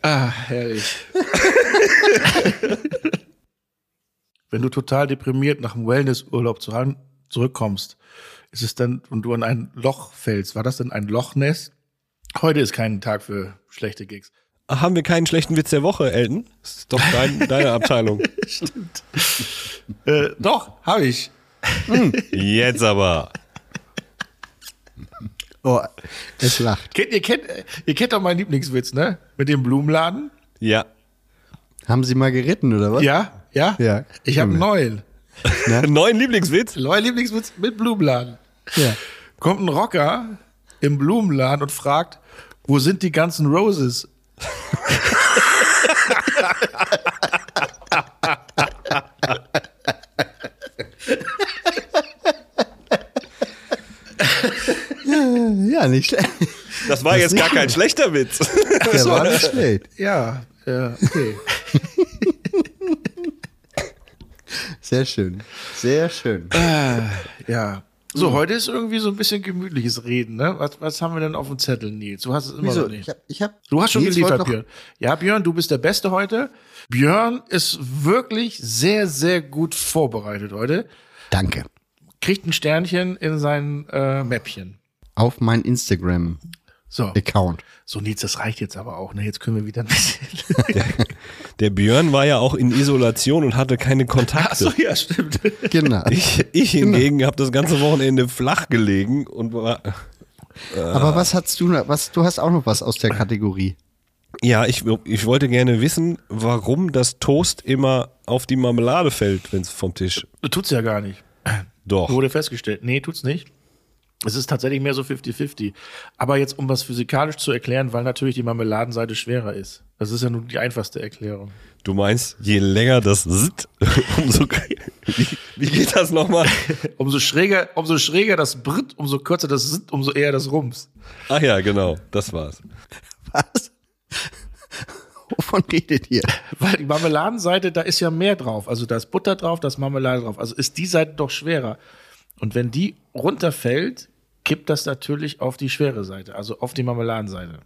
[SPEAKER 4] Ah, herrlich. Wenn du total deprimiert nach dem Wellnessurlaub zu Hause zurückkommst, ist es dann und du in ein Loch fällst, war das denn ein Lochnest? Heute ist kein Tag für schlechte Gigs.
[SPEAKER 3] Ach, haben wir keinen schlechten Witz der Woche, Elton? Das ist doch dein, deine Abteilung.
[SPEAKER 4] Äh, doch, habe ich.
[SPEAKER 3] Jetzt aber.
[SPEAKER 2] Oh, es lacht.
[SPEAKER 4] Kennt, ihr, kennt, ihr kennt doch meinen Lieblingswitz, ne? Mit dem Blumenladen?
[SPEAKER 3] Ja.
[SPEAKER 2] Haben Sie mal geritten oder was?
[SPEAKER 4] Ja, ja.
[SPEAKER 2] Ja.
[SPEAKER 4] Ich habe einen neuen.
[SPEAKER 3] Neuen Lieblingswitz?
[SPEAKER 4] Neuer Lieblingswitz mit Blumenladen.
[SPEAKER 2] ja.
[SPEAKER 4] Kommt ein Rocker im Blumenladen und fragt, wo sind die ganzen Roses?
[SPEAKER 2] Ja, nicht schlecht.
[SPEAKER 3] Das war jetzt gar kein schlechter Witz.
[SPEAKER 2] Der war nicht schlecht.
[SPEAKER 4] Ja, äh, okay.
[SPEAKER 2] Sehr schön. Sehr schön.
[SPEAKER 4] ja. So, heute ist irgendwie so ein bisschen gemütliches Reden, ne? Was, was haben wir denn auf dem Zettel, Nils? Du hast es immer noch
[SPEAKER 2] Wieso?
[SPEAKER 4] nicht.
[SPEAKER 2] Ich hab, ich hab,
[SPEAKER 4] Du hast schon
[SPEAKER 2] Nils
[SPEAKER 4] geliefert,
[SPEAKER 2] wollte noch-
[SPEAKER 4] Björn. Ja, Björn, du bist der Beste heute. Björn ist wirklich sehr, sehr gut vorbereitet heute.
[SPEAKER 2] Danke.
[SPEAKER 4] Kriegt ein Sternchen in sein äh, Mäppchen.
[SPEAKER 2] Auf mein Instagram-Account.
[SPEAKER 4] So, so Nils, das reicht jetzt aber auch. Ne? Jetzt können wir wieder ein bisschen.
[SPEAKER 3] Der Björn war ja auch in Isolation und hatte keine Kontakte.
[SPEAKER 4] Achso, ja, stimmt.
[SPEAKER 2] Genau.
[SPEAKER 3] Ich, ich hingegen habe das ganze Wochenende flach gelegen und war.
[SPEAKER 4] Äh.
[SPEAKER 2] Aber was hast du noch? Was, du hast auch noch was aus der Kategorie.
[SPEAKER 3] Ja, ich, ich wollte gerne wissen, warum das Toast immer auf die Marmelade fällt, wenn es vom Tisch.
[SPEAKER 4] Tut's ja gar nicht.
[SPEAKER 3] Doch.
[SPEAKER 4] Wurde festgestellt. Nee, tut's nicht. Es ist tatsächlich mehr so 50-50. Aber jetzt, um was physikalisch zu erklären, weil natürlich die Marmeladenseite schwerer ist. Das ist ja nun die einfachste Erklärung.
[SPEAKER 3] Du meinst, je länger das sitt, umso. Wie, wie geht das nochmal?
[SPEAKER 4] Umso schräger, umso schräger das Britt, umso kürzer das Sitt, umso eher das Rums.
[SPEAKER 3] Ach ja, genau, das war's.
[SPEAKER 2] Was? Wovon redet ihr?
[SPEAKER 4] Weil die Marmeladenseite, da ist ja mehr drauf. Also da ist Butter drauf, da ist Marmelade drauf. Also ist die Seite doch schwerer. Und wenn die runterfällt, kippt das natürlich auf die schwere Seite, also auf die Marmeladenseite.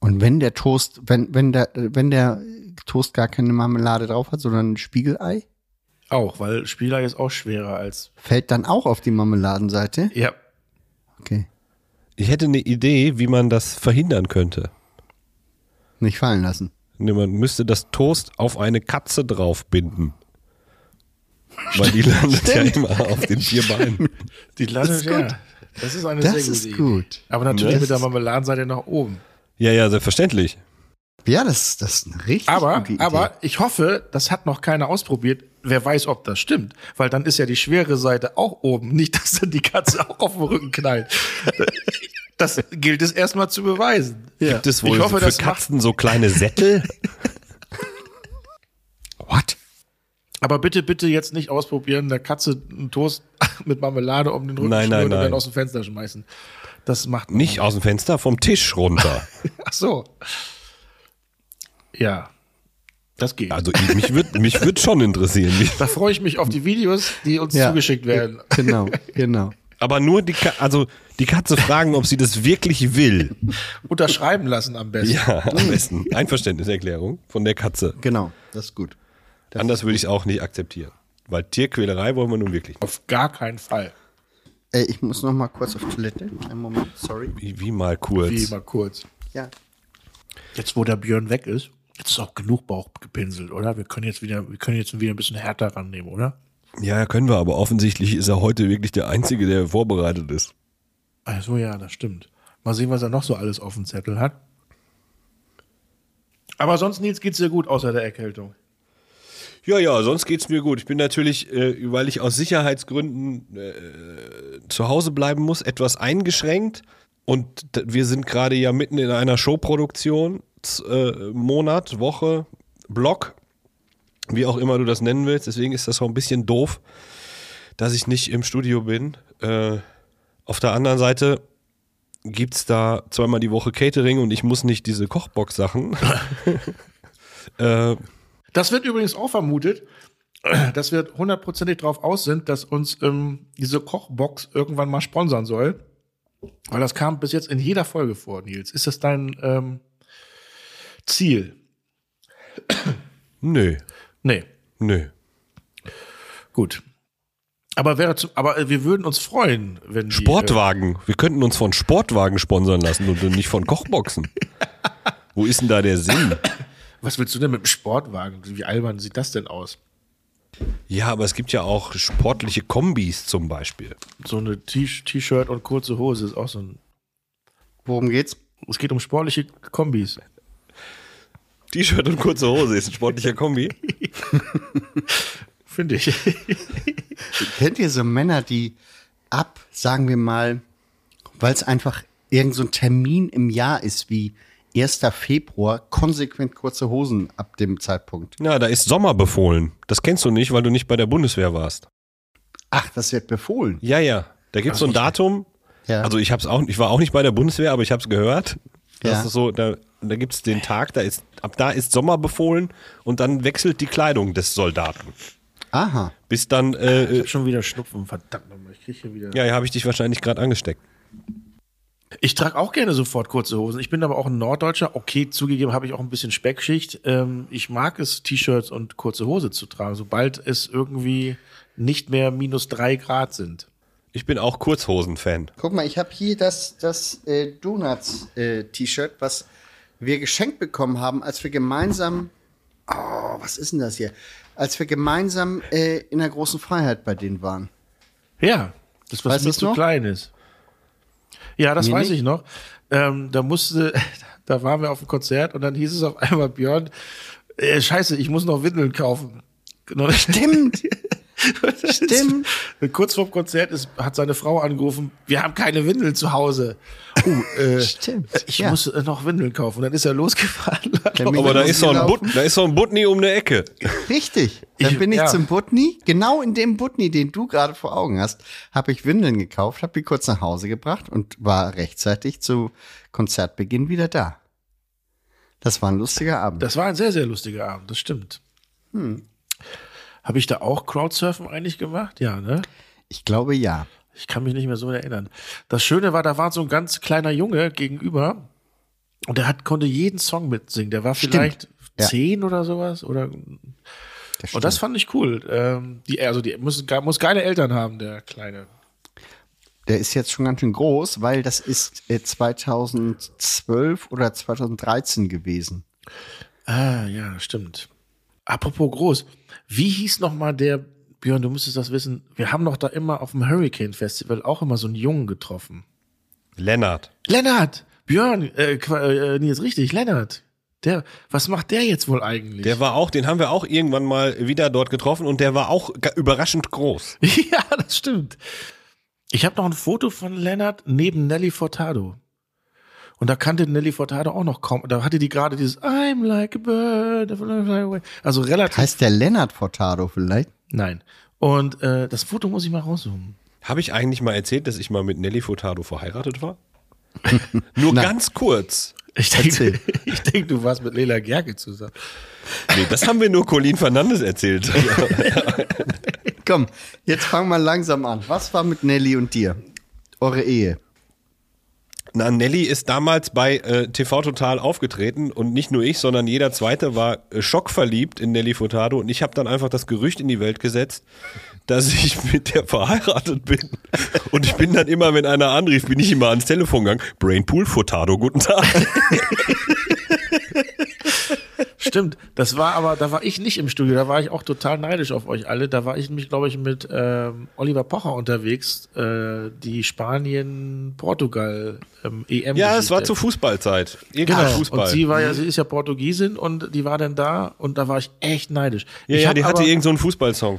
[SPEAKER 2] Und wenn der Toast, wenn, wenn der, wenn der Toast gar keine Marmelade drauf hat, sondern ein Spiegelei,
[SPEAKER 4] Auch, weil Spieler ist auch schwerer als.
[SPEAKER 2] fällt dann auch auf die Marmeladenseite.
[SPEAKER 4] Ja,
[SPEAKER 2] Okay.
[SPEAKER 3] Ich hätte eine Idee, wie man das verhindern könnte.
[SPEAKER 2] Nicht fallen lassen.
[SPEAKER 3] Nee, man müsste das Toast auf eine Katze draufbinden. Weil die landet ja immer auf den vier Beinen.
[SPEAKER 4] Die
[SPEAKER 2] ist
[SPEAKER 4] landet,
[SPEAKER 2] gut.
[SPEAKER 4] ja. Das ist eine
[SPEAKER 2] Das
[SPEAKER 4] sehr gute
[SPEAKER 2] ist
[SPEAKER 4] Idee.
[SPEAKER 2] gut. Ne?
[SPEAKER 4] Aber natürlich
[SPEAKER 2] Das
[SPEAKER 4] mit der
[SPEAKER 2] ist-
[SPEAKER 4] Marmeladenseite nach oben.
[SPEAKER 3] Ja, ja, selbstverständlich.
[SPEAKER 2] Ja, das, das ist eine richtig
[SPEAKER 4] Aber,
[SPEAKER 2] gute Idee.
[SPEAKER 4] aber ich hoffe, das hat noch keiner ausprobiert. Wer weiß, ob das stimmt. Weil dann ist ja die schwere Seite auch oben. Nicht, dass dann die Katze auch auf dem Rücken knallt. Das gilt es erstmal zu beweisen.
[SPEAKER 3] Gibt es wohl
[SPEAKER 4] ich hoffe,
[SPEAKER 3] für
[SPEAKER 4] das macht,
[SPEAKER 3] Katzen so kleine Sättel?
[SPEAKER 2] What?
[SPEAKER 4] aber bitte, bitte jetzt nicht ausprobieren, der Katze einen Toast mit Marmelade um den Rücken
[SPEAKER 3] Nein, nein,
[SPEAKER 4] schnüren und
[SPEAKER 3] nein.
[SPEAKER 4] dann aus dem Fenster schmeißen. Das macht man
[SPEAKER 3] Nicht aus dem Fenster, vom Tisch runter.
[SPEAKER 4] Ach so. Ja. Das geht.
[SPEAKER 3] Also ich, mich würde mich würd schon interessieren. Mich-
[SPEAKER 4] Da freue ich mich auf die Videos, die uns
[SPEAKER 2] Ja.
[SPEAKER 4] zugeschickt werden.
[SPEAKER 2] Genau, genau.
[SPEAKER 3] Aber nur die, Ka also die Katze fragen, ob sie das wirklich will.
[SPEAKER 4] Unterschreiben lassen am besten.
[SPEAKER 3] Ja, am besten. Einverständniserklärung von der Katze.
[SPEAKER 2] Genau, das ist gut.
[SPEAKER 3] Anders würde ich es auch nicht akzeptieren. Weil Tierquälerei wollen wir nun wirklich. nicht.
[SPEAKER 4] Auf gar keinen Fall.
[SPEAKER 2] Äh, ich muss noch mal kurz auf Toilette. Einen Moment, sorry.
[SPEAKER 3] Wie, wie mal
[SPEAKER 4] Wie
[SPEAKER 3] kurz.
[SPEAKER 4] mal kurz.
[SPEAKER 2] Ja.
[SPEAKER 4] Jetzt, wo der Björn weg ist, jetzt ist auch genug Bauch gepinselt, oder? Wir können jetzt wieder, wir können jetzt wieder ein bisschen härter rannehmen, oder?
[SPEAKER 3] Ja, können wir, aber offensichtlich ist er heute wirklich der Einzige, der vorbereitet ist.
[SPEAKER 4] Also ja, das stimmt. Mal sehen, was er noch so alles auf dem Zettel hat. Aber sonst, Nils, geht's dir gut, außer der Erkältung.
[SPEAKER 3] Ja, ja, sonst geht's mir gut. Ich bin natürlich, äh, weil ich aus Sicherheitsgründen äh, zu Hause bleiben muss, etwas eingeschränkt. Und d- wir sind gerade ja mitten in einer Showproduktion, z- äh, Monat, Woche, Block, wie auch immer du das nennen willst. Deswegen ist das auch ein bisschen doof, dass ich nicht im Studio bin. Äh, auf der anderen Seite gibt's da zweimal die Woche Catering und ich muss nicht diese Kochbox-Sachen. äh,
[SPEAKER 4] Das wird übrigens auch vermutet, dass wir hundertprozentig drauf aus sind, dass uns ähm, diese Kochbox irgendwann mal sponsern soll. Weil das kam bis jetzt in jeder Folge vor, Nils. Ist das dein ähm, Ziel?
[SPEAKER 3] nö,
[SPEAKER 4] Nee,
[SPEAKER 3] nö.
[SPEAKER 4] gut. Aber, wäre zu, aber äh, wir würden uns freuen, wenn. die,
[SPEAKER 3] Sportwagen. Wir könnten uns von Sportwagen sponsern lassen und nicht von Kochboxen. Wo ist denn da der Sinn?
[SPEAKER 4] Äh, was willst du denn mit dem Sportwagen? Wie albern sieht das denn aus?
[SPEAKER 3] Ja, aber es gibt ja auch sportliche Kombis zum Beispiel.
[SPEAKER 4] So eine T- T-Shirt und kurze Hose ist auch so ein.
[SPEAKER 2] Worum geht's?
[SPEAKER 4] Es geht um sportliche Kombis.
[SPEAKER 3] T-Shirt und kurze Hose ist ein sportlicher Kombi.
[SPEAKER 4] Finde ich.
[SPEAKER 2] Kennt ihr so Männer, die ab, sagen wir mal, weil es einfach irgend so ein Termin im Jahr ist wie 1. Februar, konsequent kurze Hosen ab dem Zeitpunkt?
[SPEAKER 3] Na, da ist Sommer befohlen. Das kennst du nicht, weil du nicht bei der Bundeswehr warst.
[SPEAKER 2] Ach, das wird befohlen.
[SPEAKER 3] Ja, ja. Da gibt's so ein Datum.
[SPEAKER 2] Ja.
[SPEAKER 3] Also ich hab's auch, ich war auch nicht bei der Bundeswehr, aber ich hab's gehört. Das
[SPEAKER 2] Ja.
[SPEAKER 3] ist so, da, da gibt's den Tag, da ist, ab da ist Sommer befohlen und dann wechselt die Kleidung des Soldaten.
[SPEAKER 2] Aha.
[SPEAKER 3] Bis dann äh,
[SPEAKER 4] Ich hab schon wieder Schnupfen, verdammt nochmal. Ich kriege hier wieder.
[SPEAKER 3] Ja, ja, habe ich dich wahrscheinlich gerade angesteckt.
[SPEAKER 4] Ich trage auch gerne sofort kurze Hosen. Ich bin aber auch ein Norddeutscher. Okay, zugegeben habe ich auch ein bisschen Speckschicht. Ähm, ich mag es, T-Shirts und kurze Hose zu tragen, sobald es irgendwie nicht mehr minus drei Grad sind.
[SPEAKER 3] Ich bin auch Kurzhosen-Fan.
[SPEAKER 2] Guck mal, ich habe hier das, das äh, Donuts-T-Shirt, was wir geschenkt bekommen haben, als wir gemeinsam. Oh, was ist denn das hier? Als wir gemeinsam äh, in der großen Freiheit bei denen waren.
[SPEAKER 4] Ja, das was
[SPEAKER 2] Weißt
[SPEAKER 4] nicht
[SPEAKER 2] du's
[SPEAKER 4] so
[SPEAKER 2] noch?
[SPEAKER 4] klein ist. Ja, das
[SPEAKER 2] Mir
[SPEAKER 4] weiß
[SPEAKER 2] nicht.
[SPEAKER 4] ich noch. Ähm, da musste, da waren wir auf dem Konzert und dann hieß es auf einmal Björn, äh, scheiße, ich muss noch Windeln kaufen. Genau.
[SPEAKER 2] Stimmt. Stimmt.
[SPEAKER 4] Kurz vorm Konzert ist, hat seine Frau angerufen, wir haben keine Windeln zu Hause. Uh, äh,
[SPEAKER 2] Stimmt,
[SPEAKER 4] Ich
[SPEAKER 2] ja.
[SPEAKER 4] muss äh, noch Windeln kaufen. Dann ist er losgefahren.
[SPEAKER 2] Mit
[SPEAKER 3] Aber da
[SPEAKER 2] uns
[SPEAKER 3] ist, so ein
[SPEAKER 2] gelaufen.
[SPEAKER 3] But, da ist so ein Butni um eine Ecke.
[SPEAKER 2] Richtig. Dann
[SPEAKER 4] Ich-
[SPEAKER 2] bin ich
[SPEAKER 4] ja.
[SPEAKER 2] zum Butni, genau in dem Butni, den du gerade vor Augen hast, habe ich Windeln gekauft, habe die kurz nach Hause gebracht und war rechtzeitig zu Konzertbeginn wieder da. Das war ein lustiger Abend.
[SPEAKER 4] Das war ein sehr, sehr lustiger Abend, das stimmt.
[SPEAKER 2] Hm.
[SPEAKER 4] Habe ich da auch Crowdsurfen eigentlich gemacht? Ja, ne?
[SPEAKER 2] ich glaube ja.
[SPEAKER 4] Ich kann mich nicht mehr so erinnern. Das Schöne war, da war so ein ganz kleiner Junge gegenüber und der hat, konnte jeden Song mitsingen. Der war vielleicht
[SPEAKER 2] Ja.
[SPEAKER 4] zehn oder sowas. Oder, und das fand ich cool. Ähm, die, also die müssen, ge- muss geile Eltern haben, der Kleine.
[SPEAKER 2] Der ist jetzt schon ganz schön groß, weil das ist äh, 2012 oder 2013 gewesen.
[SPEAKER 4] Ah, ja, stimmt. Apropos groß. Wie hieß nochmal der, Björn, du müsstest das wissen, wir haben doch da immer auf dem Hurricane Festival auch immer so einen Jungen getroffen.
[SPEAKER 3] Lennart.
[SPEAKER 4] Lennart! Björn, äh, Qua- äh, nee, ist richtig, Lennart. Der, was macht der jetzt wohl eigentlich?
[SPEAKER 3] Der war auch, den haben wir auch irgendwann mal wieder dort getroffen und der war auch ga- überraschend groß.
[SPEAKER 4] ja, das stimmt. Ich habe noch ein Foto von Lennart neben Nelly Furtado. Und da kannte Nelly Furtado auch noch kaum. Da hatte die gerade dieses I'm like a bird. I fly away. Also relativ.
[SPEAKER 2] Heißt der Lennart Fortado vielleicht?
[SPEAKER 4] Nein. Und äh, das Foto muss ich mal rauszoomen.
[SPEAKER 3] Habe ich eigentlich mal erzählt, dass ich mal mit Nelly Furtado verheiratet war? Nur ganz kurz.
[SPEAKER 4] Ich denke, ich denk, du warst mit Lela Gerke zusammen.
[SPEAKER 3] Nee, das haben wir nur Colin Fernandes erzählt.
[SPEAKER 2] Komm, jetzt fang mal langsam an. Was war mit Nelly und dir? Eure Ehe.
[SPEAKER 3] Na, Nelly ist damals bei äh, TV Total aufgetreten und nicht nur ich, sondern jeder Zweite war äh, schockverliebt in Nelly Furtado und ich habe dann einfach das Gerücht in die Welt gesetzt, dass ich mit der verheiratet bin. Und ich bin dann immer, wenn einer anrief, bin ich immer ans Telefon gegangen. Brainpool Furtado, guten Tag.
[SPEAKER 4] Stimmt, das war aber, da war ich nicht im Studio, da war ich auch total neidisch auf euch alle. Da war ich nämlich, glaube ich, mit ähm, Oliver Pocher unterwegs, äh, die Spanien-Portugal ähm, EM.
[SPEAKER 3] Ja, es war zur Fußballzeit. Irgendwann
[SPEAKER 4] Genau.
[SPEAKER 3] Fußball. Mhm.
[SPEAKER 4] Und sie war ja, sie ist ja Portugiesin und die war dann da und da war ich echt neidisch.
[SPEAKER 3] ja,
[SPEAKER 4] ich
[SPEAKER 3] ja,
[SPEAKER 4] hab
[SPEAKER 3] die hatte
[SPEAKER 4] aber-
[SPEAKER 3] irgendeinen so einen Fußballsong.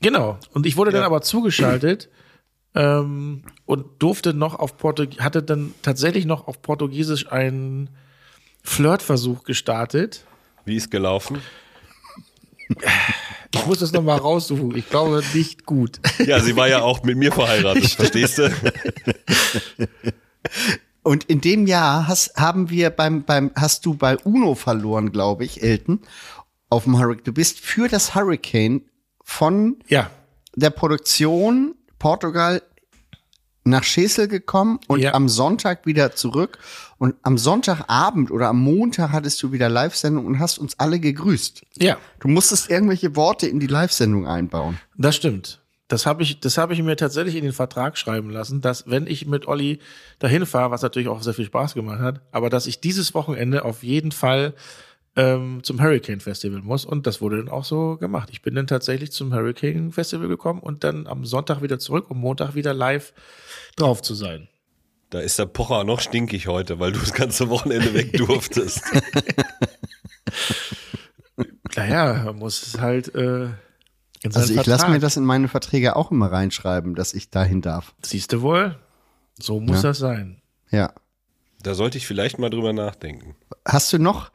[SPEAKER 4] Genau. Und ich wurde dann
[SPEAKER 3] Ja.
[SPEAKER 4] aber zugeschaltet ähm, und durfte noch auf Portugiesisch, hatte dann tatsächlich noch auf Portugiesisch einen Flirtversuch gestartet.
[SPEAKER 3] Wie ist gelaufen?
[SPEAKER 4] Ich muss das nochmal raussuchen. Ich glaube, nicht gut.
[SPEAKER 3] Ja, sie war ja auch mit mir verheiratet, verstehst du?
[SPEAKER 2] Und in dem Jahr hast, haben wir beim, beim, hast du bei UNO verloren, glaube ich, Elton, auf dem Hurricane. Du bist für das Hurricane von
[SPEAKER 4] Ja.
[SPEAKER 2] der Produktion Portugal nach Schesel gekommen und
[SPEAKER 4] Ja.
[SPEAKER 2] am Sonntag wieder zurück. Und am Sonntagabend oder am Montag hattest du wieder Live-Sendung und hast uns alle gegrüßt.
[SPEAKER 4] Ja.
[SPEAKER 2] Du musstest irgendwelche Worte in die Live-Sendung einbauen.
[SPEAKER 4] Das stimmt. Das habe ich, das habe ich mir tatsächlich in den Vertrag schreiben lassen, dass wenn ich mit Olli dahin fahre, was natürlich auch sehr viel Spaß gemacht hat, aber dass ich dieses Wochenende auf jeden Fall ähm, zum Hurricane Festival muss und das wurde dann auch so gemacht. Ich bin dann tatsächlich zum Hurricane Festival gekommen und dann am Sonntag wieder zurück, um Montag wieder live drauf zu sein.
[SPEAKER 3] Da ist der Pocher noch stinkig heute, weil du das ganze Wochenende weg durftest.
[SPEAKER 4] Naja, man muss es halt. Äh, in seinen
[SPEAKER 2] Also ich lasse
[SPEAKER 4] Vertrag.
[SPEAKER 2] mir das in meine Verträge auch immer reinschreiben, dass ich dahin darf.
[SPEAKER 4] Siehst du wohl? So muss
[SPEAKER 2] Ja.
[SPEAKER 4] das sein.
[SPEAKER 2] Ja.
[SPEAKER 3] Da sollte ich vielleicht mal drüber nachdenken.
[SPEAKER 2] Hast du noch,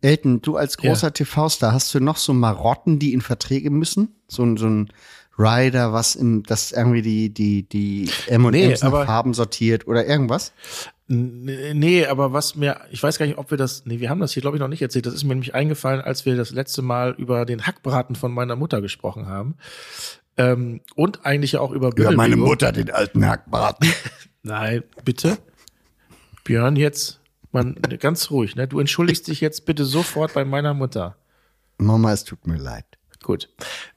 [SPEAKER 2] Elton, du als
[SPEAKER 4] Ja.
[SPEAKER 2] großer TV-Star, hast du noch so Marotten, die in Verträge müssen? So, ein- so ein Rider, was im, das irgendwie die, die, die M&M's
[SPEAKER 4] Nee,
[SPEAKER 2] nach
[SPEAKER 4] aber-
[SPEAKER 2] Farben sortiert oder irgendwas?
[SPEAKER 4] N- Nee, aber was mir, ich weiß gar nicht, ob wir das, nee, wir haben das hier, glaube ich, noch nicht erzählt. Das ist mir nämlich eingefallen, als wir das letzte Mal über den Hackbraten von meiner Mutter gesprochen haben. Ähm, und eigentlich ja auch über Bödelbewegung.
[SPEAKER 2] den alten Hackbraten.
[SPEAKER 4] Nein, bitte. Björn, jetzt, man, ganz ruhig, ne? Du entschuldigst dich jetzt bitte sofort bei meiner Mutter.
[SPEAKER 2] Mama, es tut mir leid.
[SPEAKER 4] Gut.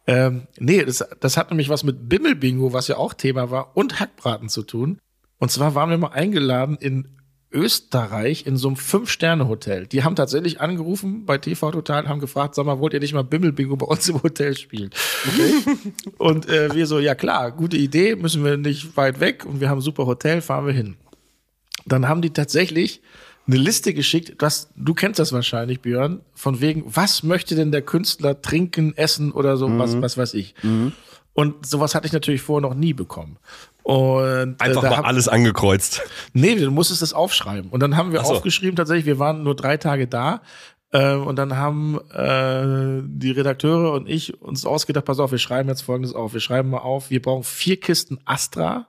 [SPEAKER 4] Ähm, nee, das, das hat nämlich was mit Bimmelbingo, was ja auch Thema war, und Hackbraten zu tun. Und zwar waren wir mal eingeladen in Österreich in so einem Fünf-Sterne-Hotel. Die haben tatsächlich angerufen bei TV Total und haben gefragt, sag mal, wollt ihr nicht mal Bimmelbingo bei uns im Hotel spielen? und äh, wir so, ja klar, gute Idee, müssen wir nicht weit weg und wir haben ein super Hotel, fahren wir hin dann haben die tatsächlich eine Liste geschickt, das, du kennst das wahrscheinlich, Björn, von wegen, was möchte denn der Künstler trinken, essen oder so, was,
[SPEAKER 3] Mhm.
[SPEAKER 4] was weiß ich. Und sowas hatte ich natürlich vorher noch nie bekommen. Und äh,
[SPEAKER 3] Einfach
[SPEAKER 4] da
[SPEAKER 3] mal
[SPEAKER 4] hab-
[SPEAKER 3] alles angekreuzt.
[SPEAKER 4] Nee, du musstest das aufschreiben. Und dann haben wir
[SPEAKER 3] Ach so.
[SPEAKER 4] aufgeschrieben, tatsächlich, wir waren nur drei Tage da. Äh, und dann haben äh, die Redakteure und ich uns ausgedacht, pass auf, wir schreiben jetzt Folgendes auf. Wir schreiben mal auf, wir brauchen vier Kisten Astra.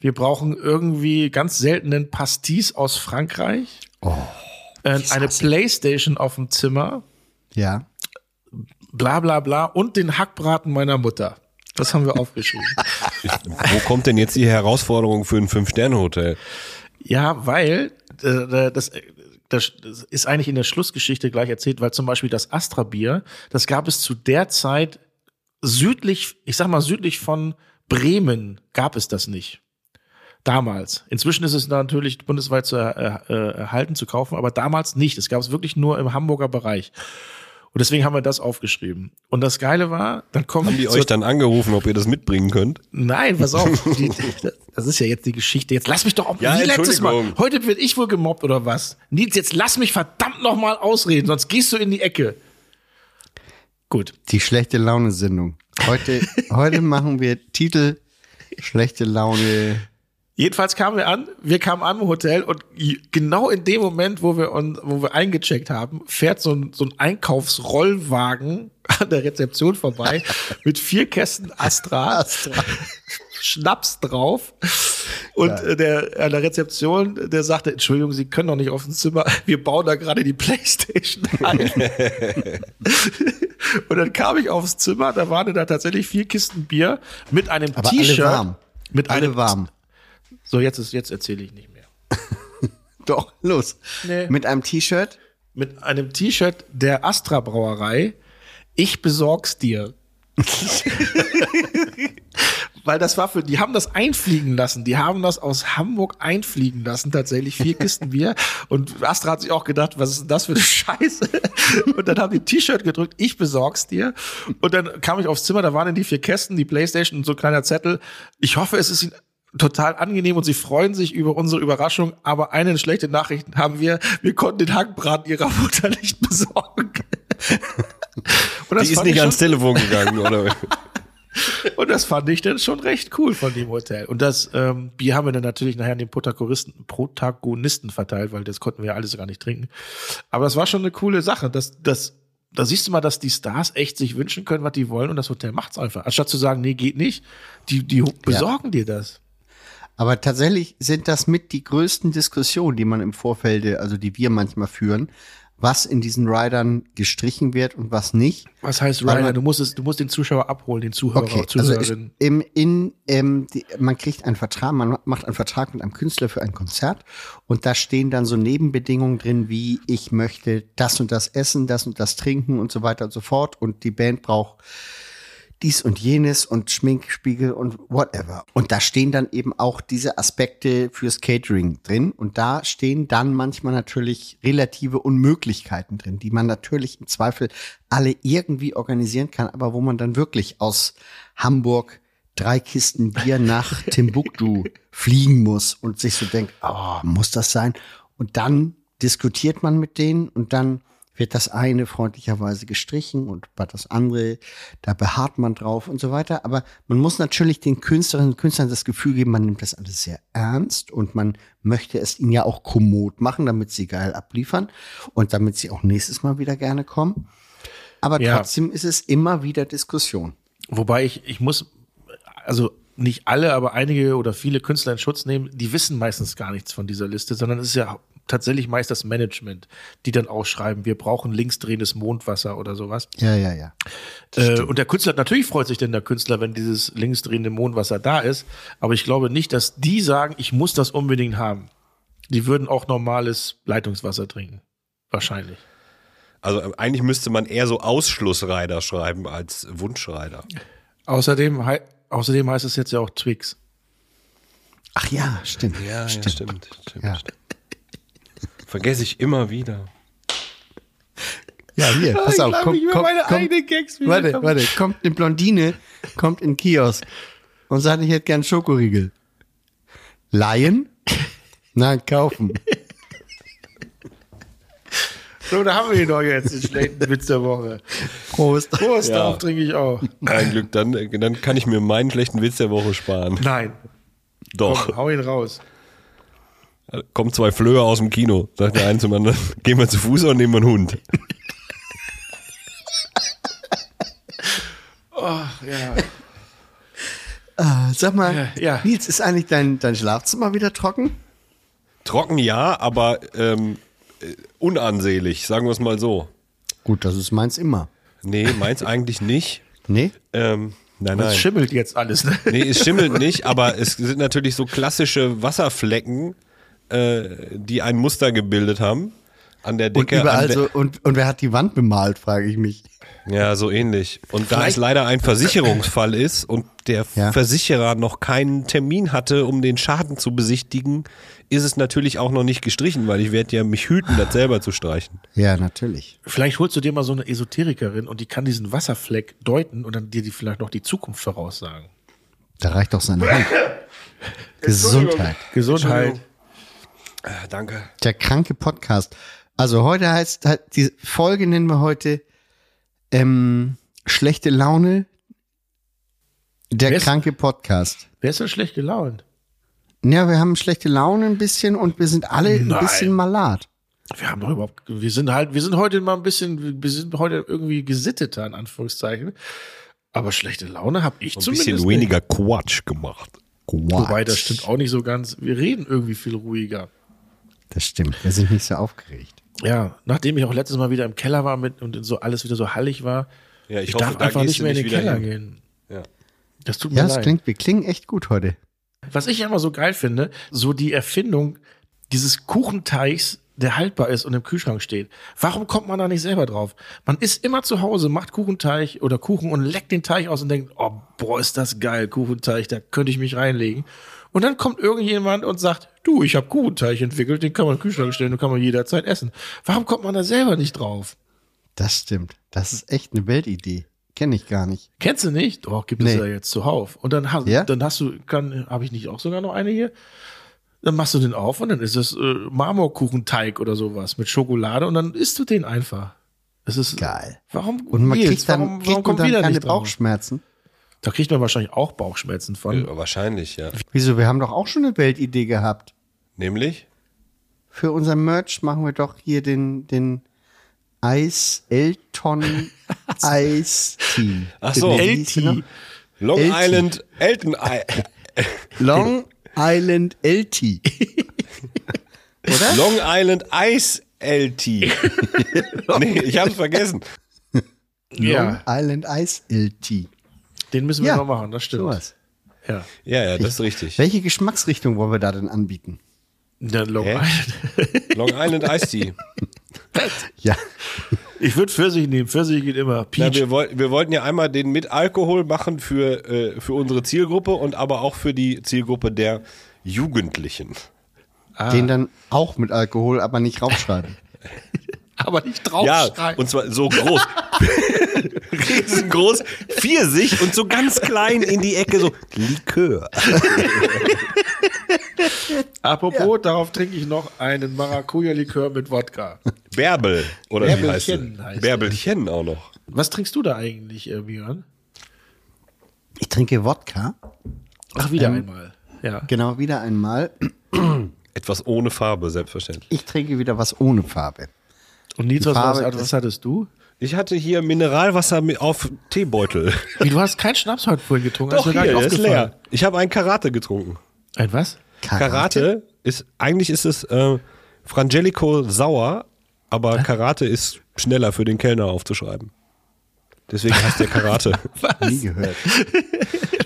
[SPEAKER 4] Wir brauchen irgendwie ganz seltenen Pastis aus Frankreich.
[SPEAKER 3] Oh,
[SPEAKER 4] äh, eine Playstation auf dem Zimmer.
[SPEAKER 2] Ja.
[SPEAKER 4] Bla bla bla. Und den Hackbraten meiner Mutter. Das haben wir aufgeschrieben.
[SPEAKER 3] Ich, wo kommt denn jetzt die Herausforderung für ein Fünf-Sterne-Hotel?
[SPEAKER 4] Ja, weil äh, das, äh, das das ist eigentlich in der Schlussgeschichte gleich erzählt, weil zum Beispiel das Astra-Bier, das gab es zu der Zeit südlich, ich sag mal südlich von Bremen gab es das nicht. Damals. Inzwischen ist es natürlich bundesweit zu er, äh, erhalten, zu kaufen, aber damals nicht. Es gab es wirklich nur im Hamburger Bereich. Und deswegen haben wir das aufgeschrieben. Und das Geile war, dann kommen
[SPEAKER 3] Haben die
[SPEAKER 4] zur-
[SPEAKER 3] euch dann angerufen, ob ihr das mitbringen könnt?
[SPEAKER 4] Nein, pass auf. Die, das ist ja jetzt die Geschichte. Jetzt lass mich doch auch
[SPEAKER 3] Ja,
[SPEAKER 4] wie letztes Mal.
[SPEAKER 3] Entschuldigung.
[SPEAKER 4] Heute wird ich wohl gemobbt oder was? Nils, jetzt lass mich verdammt noch mal ausreden, sonst gehst du in die Ecke. Gut.
[SPEAKER 2] Die schlechte Laune-Sendung. Heute, heute machen wir Titel Schlechte Laune.
[SPEAKER 4] Jedenfalls kamen wir an, wir kamen an im Hotel und j- genau in dem Moment, wo wir, uns, wo wir eingecheckt haben, fährt so ein, so ein Einkaufsrollwagen an der Rezeption vorbei mit vier Kästen Astra, Schnaps drauf. Und äh, der an der Rezeption, der sagte, Entschuldigung, Sie können doch nicht auf dem Zimmer, wir bauen da gerade die Playstation ein. und dann kam ich aufs Zimmer, da waren da tatsächlich vier Kisten Bier mit einem
[SPEAKER 2] Aber alle
[SPEAKER 4] T-Shirt.
[SPEAKER 2] warm.
[SPEAKER 4] Mit
[SPEAKER 2] Alle
[SPEAKER 4] einem
[SPEAKER 2] warm.
[SPEAKER 4] so, jetzt, ist- jetzt erzähle ich nicht mehr.
[SPEAKER 2] Doch, los.
[SPEAKER 4] Nee.
[SPEAKER 2] Mit einem T-Shirt.
[SPEAKER 4] Mit einem T-Shirt der Astra Brauerei. Ich besorg's dir. Weil das war für, die haben das einfliegen lassen. Die haben das aus Hamburg einfliegen lassen, tatsächlich. Vier Kisten Bier. Und Astra hat sich auch gedacht, was ist denn das für eine Scheiße? Und dann haben die ein T-Shirt gedrückt, ich besorg's dir. Und dann kam ich aufs Zimmer, da waren dann die vier Kästen, die Playstation und so ein kleiner Zettel. Ich hoffe, es ist ihnen total angenehm und sie freuen sich über unsere Überraschung, aber eine schlechte Nachricht haben wir, wir konnten den Hackbraten ihrer Mutter nicht besorgen. Und das
[SPEAKER 3] Die ist
[SPEAKER 4] fand ich
[SPEAKER 3] nicht
[SPEAKER 4] schon-
[SPEAKER 3] ans Telefon gegangen, oder?
[SPEAKER 4] und das fand ich dann schon recht cool von dem Hotel. Und das ähm, Bier haben wir dann natürlich nachher an den Protagonisten, Protagonisten verteilt, weil das konnten wir ja alles gar nicht trinken. Aber das war schon eine coole Sache. Das, das, da siehst du mal, dass die Stars echt sich wünschen können, was die wollen und das Hotel macht's einfach. Anstatt zu sagen, nee, geht nicht, die, die besorgen dir das.
[SPEAKER 2] Aber tatsächlich sind das mit die größten Diskussionen, die man im Vorfeld, also die wir manchmal führen, was in diesen Riders gestrichen wird und was nicht.
[SPEAKER 4] Was heißt
[SPEAKER 2] Weil
[SPEAKER 4] Ryder?
[SPEAKER 2] man-
[SPEAKER 4] Du musst, es, du musst den Zuschauer abholen, den Zuhörer,
[SPEAKER 2] Okay, also ich,
[SPEAKER 4] Zuhörerin.
[SPEAKER 2] im, in, ähm, die, man kriegt einen Vertrag, man macht einen Vertrag mit einem Künstler für ein Konzert und da stehen dann so Nebenbedingungen drin, wie ich möchte das und das essen, das und das trinken und so weiter und so fort und die Band braucht dies und jenes und Schminkspiegel und whatever. Und da stehen dann eben auch diese Aspekte fürs Catering drin. Und da stehen dann manchmal natürlich relative Unmöglichkeiten drin, die man natürlich im Zweifel alle irgendwie organisieren kann, aber wo man dann wirklich aus Hamburg drei Kisten Bier nach Timbuktu fliegen muss und sich so denkt, ah muss das sein? Und dann diskutiert man mit denen und dann wird das eine freundlicherweise gestrichen und bei das andere, da beharrt man drauf und so weiter. Aber man muss natürlich den Künstlerinnen und Künstlern das Gefühl geben, man nimmt das alles sehr ernst und man möchte es ihnen ja auch kommod machen, damit sie geil abliefern und damit sie auch nächstes Mal wieder gerne kommen. Aber
[SPEAKER 4] Ja.
[SPEAKER 2] trotzdem ist es immer wieder Diskussion.
[SPEAKER 4] Wobei ich, ich muss, also nicht alle, aber einige oder viele Künstler in Schutz nehmen, die wissen meistens gar nichts von dieser Liste, sondern es ist ja tatsächlich meist das Management, die dann ausschreiben, wir brauchen linksdrehendes Mondwasser oder sowas.
[SPEAKER 2] Ja, ja, ja.
[SPEAKER 4] Äh, und der Künstler, natürlich freut sich denn der Künstler, wenn dieses linksdrehende Mondwasser da ist, aber ich glaube nicht, dass die sagen, ich muss das unbedingt haben. Die würden auch normales Leitungswasser trinken. Wahrscheinlich.
[SPEAKER 3] Also äh, eigentlich müsste man eher so Ausschlussreiter schreiben als Wunschreiter.
[SPEAKER 4] Außerdem, hei- außerdem heißt es jetzt ja auch Twix.
[SPEAKER 2] Ach ja, stimmt.
[SPEAKER 3] stimmt. stimmt,
[SPEAKER 2] Ja.
[SPEAKER 3] Vergesse ich immer wieder.
[SPEAKER 2] Ja, hier, pass auf, komm, komm, komm, warte, warte, kommt eine Blondine, kommt in den Kiosk und sagt, ich hätte gern Schokoriegel. Laien? Nein, kaufen.
[SPEAKER 4] So, da haben wir ihn doch jetzt, den schlechten Witz der Woche.
[SPEAKER 2] Prost.
[SPEAKER 4] Prost,
[SPEAKER 3] Ja.
[SPEAKER 4] darauf trinke ich auch.
[SPEAKER 3] Ein Glück, dann, äh, dann kann ich mir meinen schlechten Witz der Woche sparen.
[SPEAKER 4] Nein,
[SPEAKER 3] Doch.
[SPEAKER 4] komm, hau ihn raus.
[SPEAKER 3] Kommen zwei Flöhe aus dem Kino, sagt der eine zum anderen. Gehen wir zu Fuß und nehmen wir einen Hund.
[SPEAKER 4] Ja,
[SPEAKER 2] Ah, Sag mal,
[SPEAKER 4] Ja, ja.
[SPEAKER 2] Nils, ist eigentlich dein, dein Schlafzimmer wieder trocken?
[SPEAKER 3] Trocken ja, aber ähm, äh, unansehlich, sagen wir es mal so.
[SPEAKER 2] Gut, das ist meins immer.
[SPEAKER 3] Nee, meins eigentlich nicht.
[SPEAKER 2] Nee?
[SPEAKER 3] Ähm, nein,
[SPEAKER 4] das
[SPEAKER 3] nein.
[SPEAKER 4] schimmelt jetzt alles. Ne?
[SPEAKER 3] Nee, es schimmelt nicht, aber es sind natürlich so klassische Wasserflecken, äh, die ein Muster gebildet haben. An der
[SPEAKER 2] Und
[SPEAKER 3] Decke.
[SPEAKER 2] überall
[SPEAKER 3] an der,
[SPEAKER 2] so, und, und wer hat die Wand bemalt, frage ich mich.
[SPEAKER 3] Ja, so ähnlich. Und da es
[SPEAKER 4] Vielleicht-
[SPEAKER 3] leider ein Versicherungsfall ist und der
[SPEAKER 2] Ja.
[SPEAKER 3] Versicherer noch keinen Termin hatte, um den Schaden zu besichtigen, ist es natürlich auch noch nicht gestrichen, weil ich werde ja mich hüten, das selber zu streichen.
[SPEAKER 2] Ja, natürlich.
[SPEAKER 4] Vielleicht holst du dir mal so eine Esoterikerin und die kann diesen Wasserfleck deuten und dann dir die vielleicht noch die Zukunft voraussagen.
[SPEAKER 2] Da reicht doch seine Hand. Gesundheit.
[SPEAKER 4] Gesundheit.
[SPEAKER 3] Ah, danke.
[SPEAKER 2] Der kranke Podcast. Also heute heißt, hat- die Folge nennen wir heute ähm, schlechte Laune. Der
[SPEAKER 4] Wer ist-
[SPEAKER 2] kranke Podcast.
[SPEAKER 4] Wer ist denn schlecht gelaunt?
[SPEAKER 2] Ja, wir haben schlechte Laune ein bisschen und wir sind alle ein
[SPEAKER 4] Nein.
[SPEAKER 2] bisschen malat.
[SPEAKER 4] Wir haben doch überhaupt, wir sind halt, wir sind heute mal ein bisschen, wir sind heute irgendwie gesitteter, in Anführungszeichen. Aber schlechte Laune habe ich
[SPEAKER 3] Ein
[SPEAKER 4] zumindest.
[SPEAKER 3] bisschen
[SPEAKER 4] nicht.
[SPEAKER 3] weniger Quatsch gemacht.
[SPEAKER 4] Wobei, das stimmt auch nicht so ganz. Wir reden irgendwie viel ruhiger.
[SPEAKER 2] Das stimmt. Wir sind nicht so aufgeregt.
[SPEAKER 4] Ja, nachdem ich auch letztes Mal wieder im Keller war mit, und so alles wieder so hallig war,
[SPEAKER 3] Ja, ich
[SPEAKER 4] ich,
[SPEAKER 3] hoffe,
[SPEAKER 4] darf
[SPEAKER 3] da
[SPEAKER 4] einfach
[SPEAKER 3] gehst
[SPEAKER 4] nicht
[SPEAKER 3] du
[SPEAKER 4] mehr in den
[SPEAKER 3] nicht wieder
[SPEAKER 4] Keller
[SPEAKER 3] hin.
[SPEAKER 4] gehen.
[SPEAKER 3] Ja.
[SPEAKER 4] Das tut mir
[SPEAKER 2] Ja, es
[SPEAKER 4] leid.
[SPEAKER 2] klingt, wir klingen echt gut heute.
[SPEAKER 4] Was ich immer so geil finde, so die Erfindung dieses Kuchenteigs der haltbar ist und im Kühlschrank steht. Warum kommt man da nicht selber drauf? Man ist immer zu Hause, macht Kuchenteig oder Kuchen und leckt den Teig aus und denkt, oh, boah, ist das geil, Kuchenteig, da könnte ich mich reinlegen. Und dann kommt irgendjemand und sagt, du, ich habe Kuchenteig entwickelt, den kann man in den Kühlschrank stellen, den kann man jederzeit essen. Warum kommt man da selber nicht drauf?
[SPEAKER 2] Das stimmt. Das ist echt eine Weltidee. Kenne ich gar nicht.
[SPEAKER 4] Kennst du nicht? Doch, gibt es
[SPEAKER 2] Nee.
[SPEAKER 4] ja jetzt zuhauf. Und dann hast,
[SPEAKER 2] Ja?
[SPEAKER 4] dann hast du, kann, habe ich nicht auch sogar noch eine hier? Dann machst du den auf und dann ist es äh, Marmorkuchenteig oder sowas mit Schokolade und dann isst du den einfach. Es ist
[SPEAKER 2] Geil.
[SPEAKER 4] Warum?
[SPEAKER 2] Und man
[SPEAKER 4] Nils,
[SPEAKER 2] kriegt dann,
[SPEAKER 4] warum, warum
[SPEAKER 2] kriegt man
[SPEAKER 4] kommt
[SPEAKER 2] dann
[SPEAKER 4] wieder
[SPEAKER 2] keine
[SPEAKER 4] nicht drauf?
[SPEAKER 2] Bauchschmerzen.
[SPEAKER 4] Da kriegt man wahrscheinlich auch Bauchschmerzen von.
[SPEAKER 3] Ja, wahrscheinlich, ja.
[SPEAKER 2] Wieso? Wir haben doch auch schon eine Weltidee gehabt.
[SPEAKER 3] Nämlich?
[SPEAKER 2] Für unser Merch machen wir doch hier den, den Eis Elton Eis Tea. ne?
[SPEAKER 3] Ach so.
[SPEAKER 2] LT.
[SPEAKER 3] genau. Long
[SPEAKER 2] LT.
[SPEAKER 3] Island Elton Ei.
[SPEAKER 2] Long Island LT. Oder?
[SPEAKER 3] Long Island Ice LT. nee, ich hab's vergessen.
[SPEAKER 2] Long Island Eis LT.
[SPEAKER 4] den müssen wir
[SPEAKER 2] Ja.
[SPEAKER 4] noch machen, das stimmt.
[SPEAKER 2] Sowas.
[SPEAKER 4] Ja.
[SPEAKER 3] Ja, ja, das ist richtig.
[SPEAKER 2] Welche Geschmacksrichtung wollen wir da denn anbieten?
[SPEAKER 4] Der Long
[SPEAKER 3] Hä?
[SPEAKER 4] Island.
[SPEAKER 3] Long Island Ice Tea.
[SPEAKER 2] Ja.
[SPEAKER 4] ich würde Pfirsich nehmen. Pfirsich geht immer.
[SPEAKER 3] Ja,
[SPEAKER 4] Peach.
[SPEAKER 3] wir, woll wir wollten ja einmal den mit Alkohol machen für, äh, für unsere Zielgruppe und aber auch für die Zielgruppe der Jugendlichen.
[SPEAKER 2] Den dann auch mit Alkohol, aber nicht raufschreiben.
[SPEAKER 4] aber nicht
[SPEAKER 3] Ja,
[SPEAKER 4] draufschreiben.
[SPEAKER 3] und zwar so groß. Riesengroß, pfirsich und so ganz klein in die Ecke, so Likör.
[SPEAKER 4] Apropos, darauf trinke ich noch einen Maracuja-Likör mit Wodka.
[SPEAKER 3] Bärbel, oder wie heißt sie?
[SPEAKER 4] Bärbelchen heißt sie.
[SPEAKER 3] Bärbelchen auch noch.
[SPEAKER 4] Was trinkst du da eigentlich, äh, Björn?
[SPEAKER 2] Ich trinke Wodka.
[SPEAKER 4] Ach, wieder einmal. Ja.
[SPEAKER 2] Genau, wieder einmal.
[SPEAKER 3] Etwas ohne Farbe, selbstverständlich.
[SPEAKER 2] Ich trinke wieder was ohne Farbe.
[SPEAKER 4] Und Nils, was,
[SPEAKER 2] Farbe
[SPEAKER 4] was,
[SPEAKER 2] ist-
[SPEAKER 4] was hattest du?
[SPEAKER 3] Ich hatte hier Mineralwasser mit auf Teebeutel.
[SPEAKER 4] Wie, du hast keinen Schnaps heute vorhin getrunken.
[SPEAKER 3] Doch,
[SPEAKER 4] mir gar
[SPEAKER 3] hier,
[SPEAKER 4] nicht
[SPEAKER 3] der ist
[SPEAKER 4] aufgefallen.
[SPEAKER 3] leer. Ich habe einen Karate getrunken.
[SPEAKER 4] Ein was?
[SPEAKER 3] Karate ist, eigentlich ist es äh, Frangelico sauer, aber Karate ist schneller für den Kellner aufzuschreiben. Deswegen heißt der Karate.
[SPEAKER 2] Nie gehört.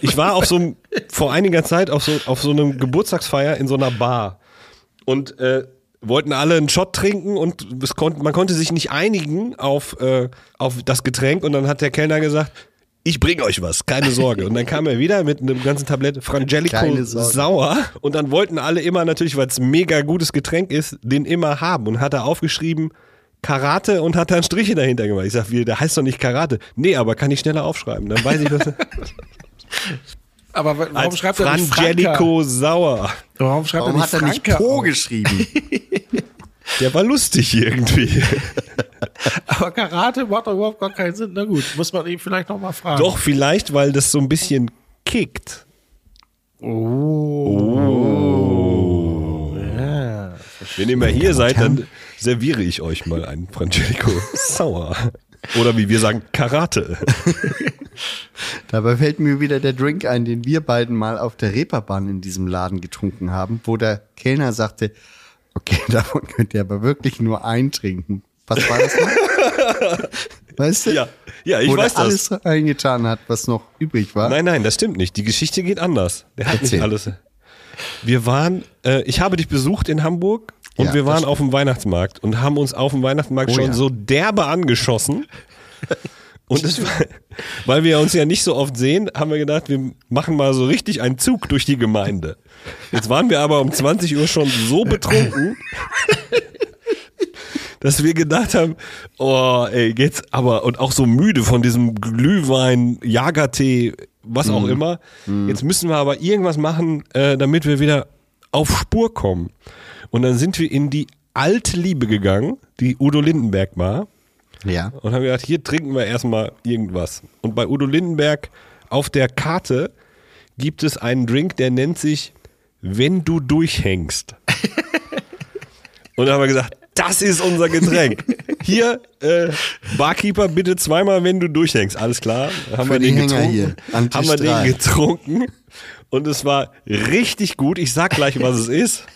[SPEAKER 3] Ich war auf so einem, vor einiger Zeit auf so, auf so einem Geburtstagsfeier in so einer Bar und äh, wollten alle einen Shot trinken und es konnt, man konnte sich nicht einigen auf, äh, auf das Getränk und dann hat der Kellner gesagt, ich bring euch was, keine Sorge. Und dann kam er wieder mit einem ganzen Tablett Frangelico
[SPEAKER 2] Keine Sorge.
[SPEAKER 3] sauer und dann wollten alle immer natürlich, weil es ein mega gutes Getränk ist, den immer haben und hat er aufgeschrieben Karate und hat dann Striche dahinter gemacht. Ich sag, wie, der heißt doch nicht Karate. Nee, aber kann ich schneller aufschreiben, dann weiß ich, was
[SPEAKER 4] Aber wa- warum
[SPEAKER 3] als
[SPEAKER 4] schreibt er nicht Franka?
[SPEAKER 3] Frangelico Sauer.
[SPEAKER 4] Warum schreibt
[SPEAKER 2] Warum
[SPEAKER 4] er
[SPEAKER 2] hat
[SPEAKER 4] nicht
[SPEAKER 2] er nicht
[SPEAKER 4] Franka
[SPEAKER 2] Po
[SPEAKER 4] auf?
[SPEAKER 2] geschrieben?
[SPEAKER 3] Der war lustig irgendwie.
[SPEAKER 4] Aber Karate macht doch überhaupt gar keinen Sinn. Na gut, muss man ihn vielleicht nochmal fragen.
[SPEAKER 3] Doch, vielleicht, weil das so ein bisschen kickt. Oh. Wenn ihr mal hier seid, dann serviere ich euch mal einen Frangelico Sauer. Oder wie wir sagen, Karate.
[SPEAKER 2] Dabei fällt mir wieder der Drink ein, den wir beiden mal auf der Reeperbahn in diesem Laden getrunken haben, wo der Kellner sagte, okay, davon könnt ihr aber wirklich nur eintrinken. Was war das noch? weißt du?
[SPEAKER 3] Ja, ja ich
[SPEAKER 2] wo
[SPEAKER 3] weiß
[SPEAKER 2] der
[SPEAKER 3] das.
[SPEAKER 2] alles reingetan hat, was noch übrig war.
[SPEAKER 3] Nein, nein, das stimmt nicht. Die Geschichte geht anders. Der hat
[SPEAKER 2] Erzähl.
[SPEAKER 3] nicht alles. Wir waren, äh, ich habe dich besucht in Hamburg und
[SPEAKER 2] Ja,
[SPEAKER 3] wir
[SPEAKER 2] das
[SPEAKER 3] waren auf dem Weihnachtsmarkt und haben uns auf dem Weihnachtsmarkt
[SPEAKER 2] Oh
[SPEAKER 3] schon
[SPEAKER 2] ja.
[SPEAKER 3] so derbe angeschossen. Und es war, weil wir uns ja nicht so oft sehen, haben wir gedacht, wir machen mal so richtig einen Zug durch die Gemeinde. Jetzt waren wir aber um 20 Uhr schon so betrunken, dass wir gedacht haben, oh, ey, jetzt aber, und auch so müde von diesem Glühwein, Jagertee, was auch immer. Jetzt müssen wir aber irgendwas machen, äh, damit wir wieder auf Spur kommen. Und dann sind wir in die Altliebe gegangen, die Udo Lindenberg war,
[SPEAKER 2] Ja.
[SPEAKER 3] und haben gedacht, hier trinken wir erstmal irgendwas. Und bei Udo Lindenberg auf der Karte gibt es einen Drink, der nennt sich Wenn du durchhängst. Und dann haben wir gesagt, das ist unser Getränk. Hier, äh, Barkeeper, bitte zweimal, wenn du durchhängst. Alles klar. Dann Haben
[SPEAKER 2] Für
[SPEAKER 3] wir
[SPEAKER 2] die
[SPEAKER 3] den
[SPEAKER 2] Hänger
[SPEAKER 3] getrunken.
[SPEAKER 2] hier, an
[SPEAKER 3] haben
[SPEAKER 2] Tisch
[SPEAKER 3] wir den
[SPEAKER 2] drei.
[SPEAKER 3] getrunken. Und es war richtig gut. Ich sag gleich, was es ist.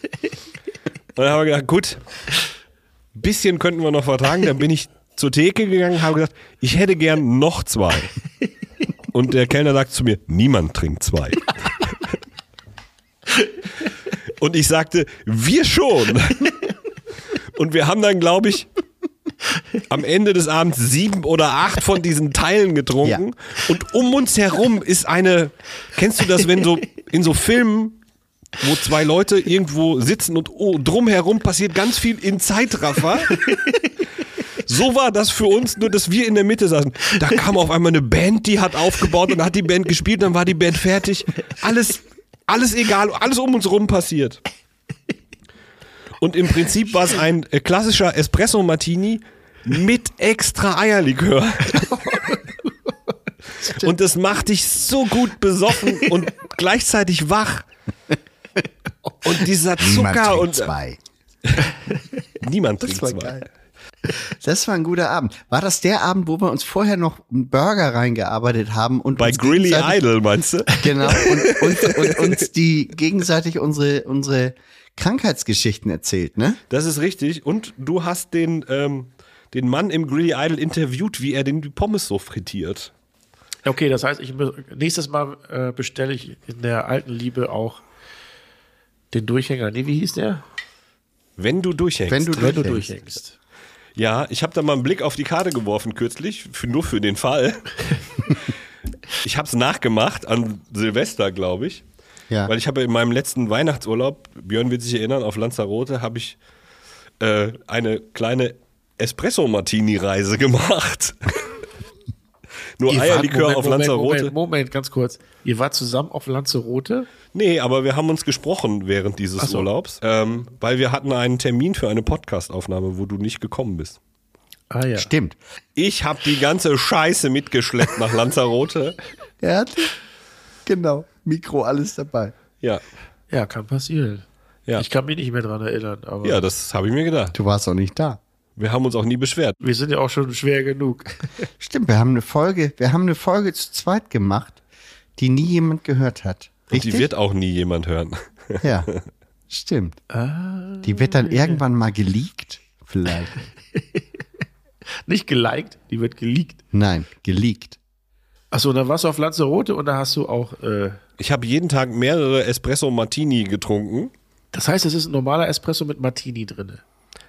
[SPEAKER 3] Und dann haben wir gedacht, gut, bisschen könnten wir noch vertragen. Dann bin ich zur Theke gegangen, habe gesagt, ich hätte gern noch zwei. Und der Kellner sagt zu mir, niemand trinkt zwei. Und ich sagte, wir schon. Und wir haben dann, glaube ich, am Ende des Abends sieben oder acht von diesen Teilen getrunken. Und um uns herum ist eine. Kennst du das, wenn so in so Filmen, wo zwei Leute irgendwo sitzen und oh, drumherum passiert ganz viel in Zeitraffer? So war das für uns, nur dass wir in der Mitte saßen. Da kam auf einmal eine Band, die hat aufgebaut und hat die Band gespielt, dann war die Band fertig. Alles, alles egal, alles um uns rum passiert. Und im Prinzip war es ein äh, klassischer Espresso-Martini mit extra Eierlikör. und das macht dich so gut besoffen und gleichzeitig wach. Und dieser
[SPEAKER 2] Niemand
[SPEAKER 3] Zucker
[SPEAKER 2] trinkt
[SPEAKER 3] und äh,
[SPEAKER 2] zwei.
[SPEAKER 3] niemand trinkt
[SPEAKER 2] war
[SPEAKER 3] zwei.
[SPEAKER 2] geil. Das war ein guter Abend. War das der Abend, wo wir uns vorher noch einen Burger reingearbeitet haben und
[SPEAKER 3] Bei
[SPEAKER 2] uns
[SPEAKER 3] Grilly
[SPEAKER 2] gegenseitig-
[SPEAKER 3] Idol, meinst du?
[SPEAKER 2] Genau. Und, und, und uns die gegenseitig unsere, unsere Krankheitsgeschichten erzählt, ne?
[SPEAKER 3] Das ist richtig. Und du hast den, ähm, den Mann im Grilly Idol interviewt, wie er den die Pommes so frittiert.
[SPEAKER 4] Okay, das heißt, ich be- nächstes Mal äh, bestelle ich in der alten Liebe auch den Durchhänger. Nee, wie hieß der?
[SPEAKER 3] Wenn du durchhängst.
[SPEAKER 2] Wenn du
[SPEAKER 4] Wenn du
[SPEAKER 2] durchhängst.
[SPEAKER 4] durchhängst.
[SPEAKER 3] Ja, ich habe da mal einen Blick auf die Karte geworfen kürzlich, für, nur für den Fall. ich habe es nachgemacht an Silvester, glaube ich.
[SPEAKER 2] Ja.
[SPEAKER 3] Weil ich habe in meinem letzten Weihnachtsurlaub, Björn wird sich erinnern, auf Lanzarote habe ich äh, eine kleine Espresso-Martini-Reise gemacht. nur
[SPEAKER 4] Ihr wart-
[SPEAKER 3] Eierlikör
[SPEAKER 4] Moment,
[SPEAKER 3] auf
[SPEAKER 4] Moment,
[SPEAKER 3] Lanzarote.
[SPEAKER 4] Moment, Moment, ganz kurz. Ihr wart zusammen auf Lanzarote?
[SPEAKER 3] Nee, aber wir haben uns gesprochen während dieses
[SPEAKER 4] Ach so.
[SPEAKER 3] Urlaubs, ähm, weil wir hatten einen Termin für eine Podcastaufnahme, wo du nicht gekommen bist.
[SPEAKER 4] Ah ja.
[SPEAKER 2] Stimmt.
[SPEAKER 3] Ich habe die ganze Scheiße mitgeschleppt nach Lanzarote.
[SPEAKER 2] Er hat, genau, Mikro, alles dabei.
[SPEAKER 3] Ja,
[SPEAKER 4] Ja, kann passieren.
[SPEAKER 3] Ja.
[SPEAKER 4] Ich kann mich nicht mehr dran erinnern, aber
[SPEAKER 3] ja, das habe ich mir gedacht.
[SPEAKER 2] Du warst auch nicht da.
[SPEAKER 3] Wir haben uns auch nie beschwert.
[SPEAKER 4] wir sind ja auch schon schwer genug.
[SPEAKER 2] Stimmt, wir haben eine Folge, wir haben eine Folge zu zweit gemacht, die nie jemand gehört hat.
[SPEAKER 3] Und
[SPEAKER 2] Richtig?
[SPEAKER 3] die wird auch nie jemand hören.
[SPEAKER 2] ja. Stimmt. Die wird dann irgendwann mal geleakt, Ah. vielleicht.
[SPEAKER 4] Nicht geliked, die wird geleakt.
[SPEAKER 2] Nein, geleakt.
[SPEAKER 4] Achso, und dann warst du auf Lanzarote und da hast du auch. Äh,
[SPEAKER 3] Ich habe jeden Tag mehrere Espresso Martini getrunken.
[SPEAKER 4] das heißt, es ist ein normaler Espresso mit Martini drin.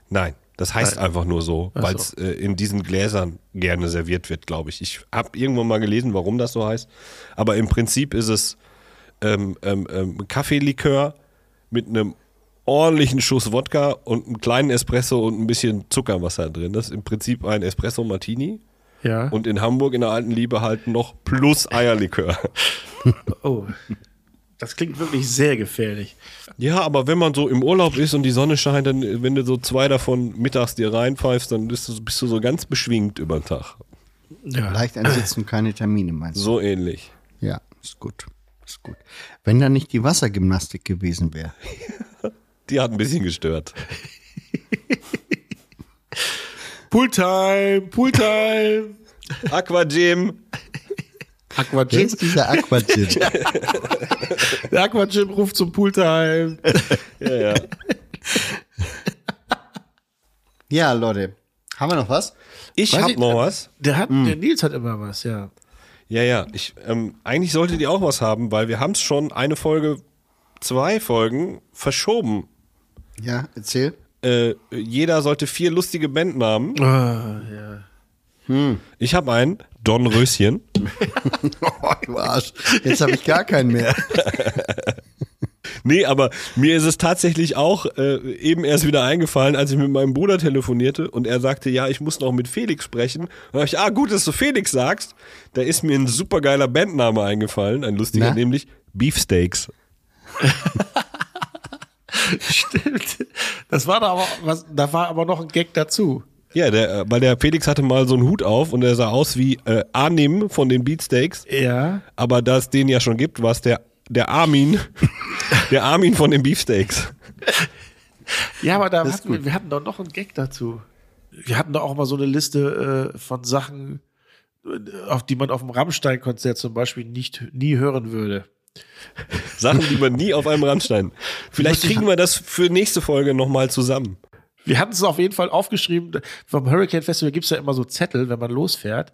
[SPEAKER 3] Nein, das heißt einfach nur so,
[SPEAKER 4] Ach
[SPEAKER 3] weil es äh, in diesen Gläsern gerne serviert wird, glaube ich. Ich habe irgendwann mal gelesen, warum das so heißt. Aber im Prinzip ist es ähm, ähm, ähm, Kaffeelikör mit einem ordentlichen Schuss Wodka und einem kleinen Espresso und ein bisschen Zuckerwasser drin. Das ist im Prinzip ein Espresso Martini.
[SPEAKER 4] Ja.
[SPEAKER 3] Und in Hamburg in der alten Liebe halt noch plus Eierlikör.
[SPEAKER 4] oh. Das klingt wirklich sehr gefährlich.
[SPEAKER 3] Ja, aber wenn man so im Urlaub ist und die Sonne scheint, dann, äh, wenn du so zwei davon mittags dir reinpfeifst, dann bist du, bist du so ganz beschwingt über den Tag.
[SPEAKER 4] Ja.
[SPEAKER 2] Leicht ansitzen, keine Termine, meinst du?
[SPEAKER 3] So ähnlich.
[SPEAKER 2] Ja, ist gut. Ist gut. Wenn da nicht die Wassergymnastik gewesen wäre.
[SPEAKER 3] Die hat ein bisschen gestört.
[SPEAKER 4] Pooltime, Pooltime.
[SPEAKER 3] Aqua Gym.
[SPEAKER 4] Aqua
[SPEAKER 2] Wer
[SPEAKER 4] Gym.
[SPEAKER 2] ist dieser Aquagym?
[SPEAKER 4] Der Aqua Gym ruft zum Pooltime.
[SPEAKER 3] Ja, ja.
[SPEAKER 2] ja, Leute. Haben wir noch was?
[SPEAKER 3] Ich
[SPEAKER 4] Weiß
[SPEAKER 3] hab
[SPEAKER 4] ich-
[SPEAKER 3] noch was.
[SPEAKER 4] Der, hat, der Nils hat immer was, ja.
[SPEAKER 3] Ja, ja. Ich, ähm, eigentlich solltet ihr auch was haben, weil wir haben es schon eine Folge, zwei Folgen verschoben.
[SPEAKER 2] Ja, erzähl.
[SPEAKER 3] Äh, jeder sollte vier lustige Bandnamen.
[SPEAKER 4] Ah, ja.
[SPEAKER 3] Ich habe einen, Don Röschen.
[SPEAKER 2] Oh, du Arsch. Jetzt habe ich gar keinen mehr.
[SPEAKER 3] Nee, aber mir ist es tatsächlich auch äh, eben erst wieder eingefallen, als ich mit meinem Bruder telefonierte und er sagte, ja, ich muss noch mit Felix sprechen. Und da hab ich, ah, gut, dass du Felix sagst. Da ist mir ein supergeiler Bandname eingefallen, ein lustiger,
[SPEAKER 2] Na?
[SPEAKER 3] nämlich Beefsteaks.
[SPEAKER 4] Stimmt. Das war da aber was, da war aber noch ein Gag dazu.
[SPEAKER 3] Ja, der, äh, weil der Felix hatte mal so einen Hut auf und er sah aus wie äh, Arnim von den Beatsteaks.
[SPEAKER 4] Ja.
[SPEAKER 3] Aber da es den ja schon gibt, war es der, der Armin, der Armin von den Beefsteaks.
[SPEAKER 4] Ja, aber da hatten wir, wir hatten doch noch einen Gag dazu. Wir hatten doch auch mal so eine Liste äh, von Sachen, äh, auf die man auf dem Rammstein-Konzert zum Beispiel nicht nie hören würde.
[SPEAKER 3] Sachen, die man nie auf einem Randstein. Vielleicht kriegen wir das für nächste Folge nochmal zusammen.
[SPEAKER 4] Wir hatten es auf jeden Fall aufgeschrieben. Vom Hurricane Festival gibt es ja immer so Zettel, wenn man losfährt,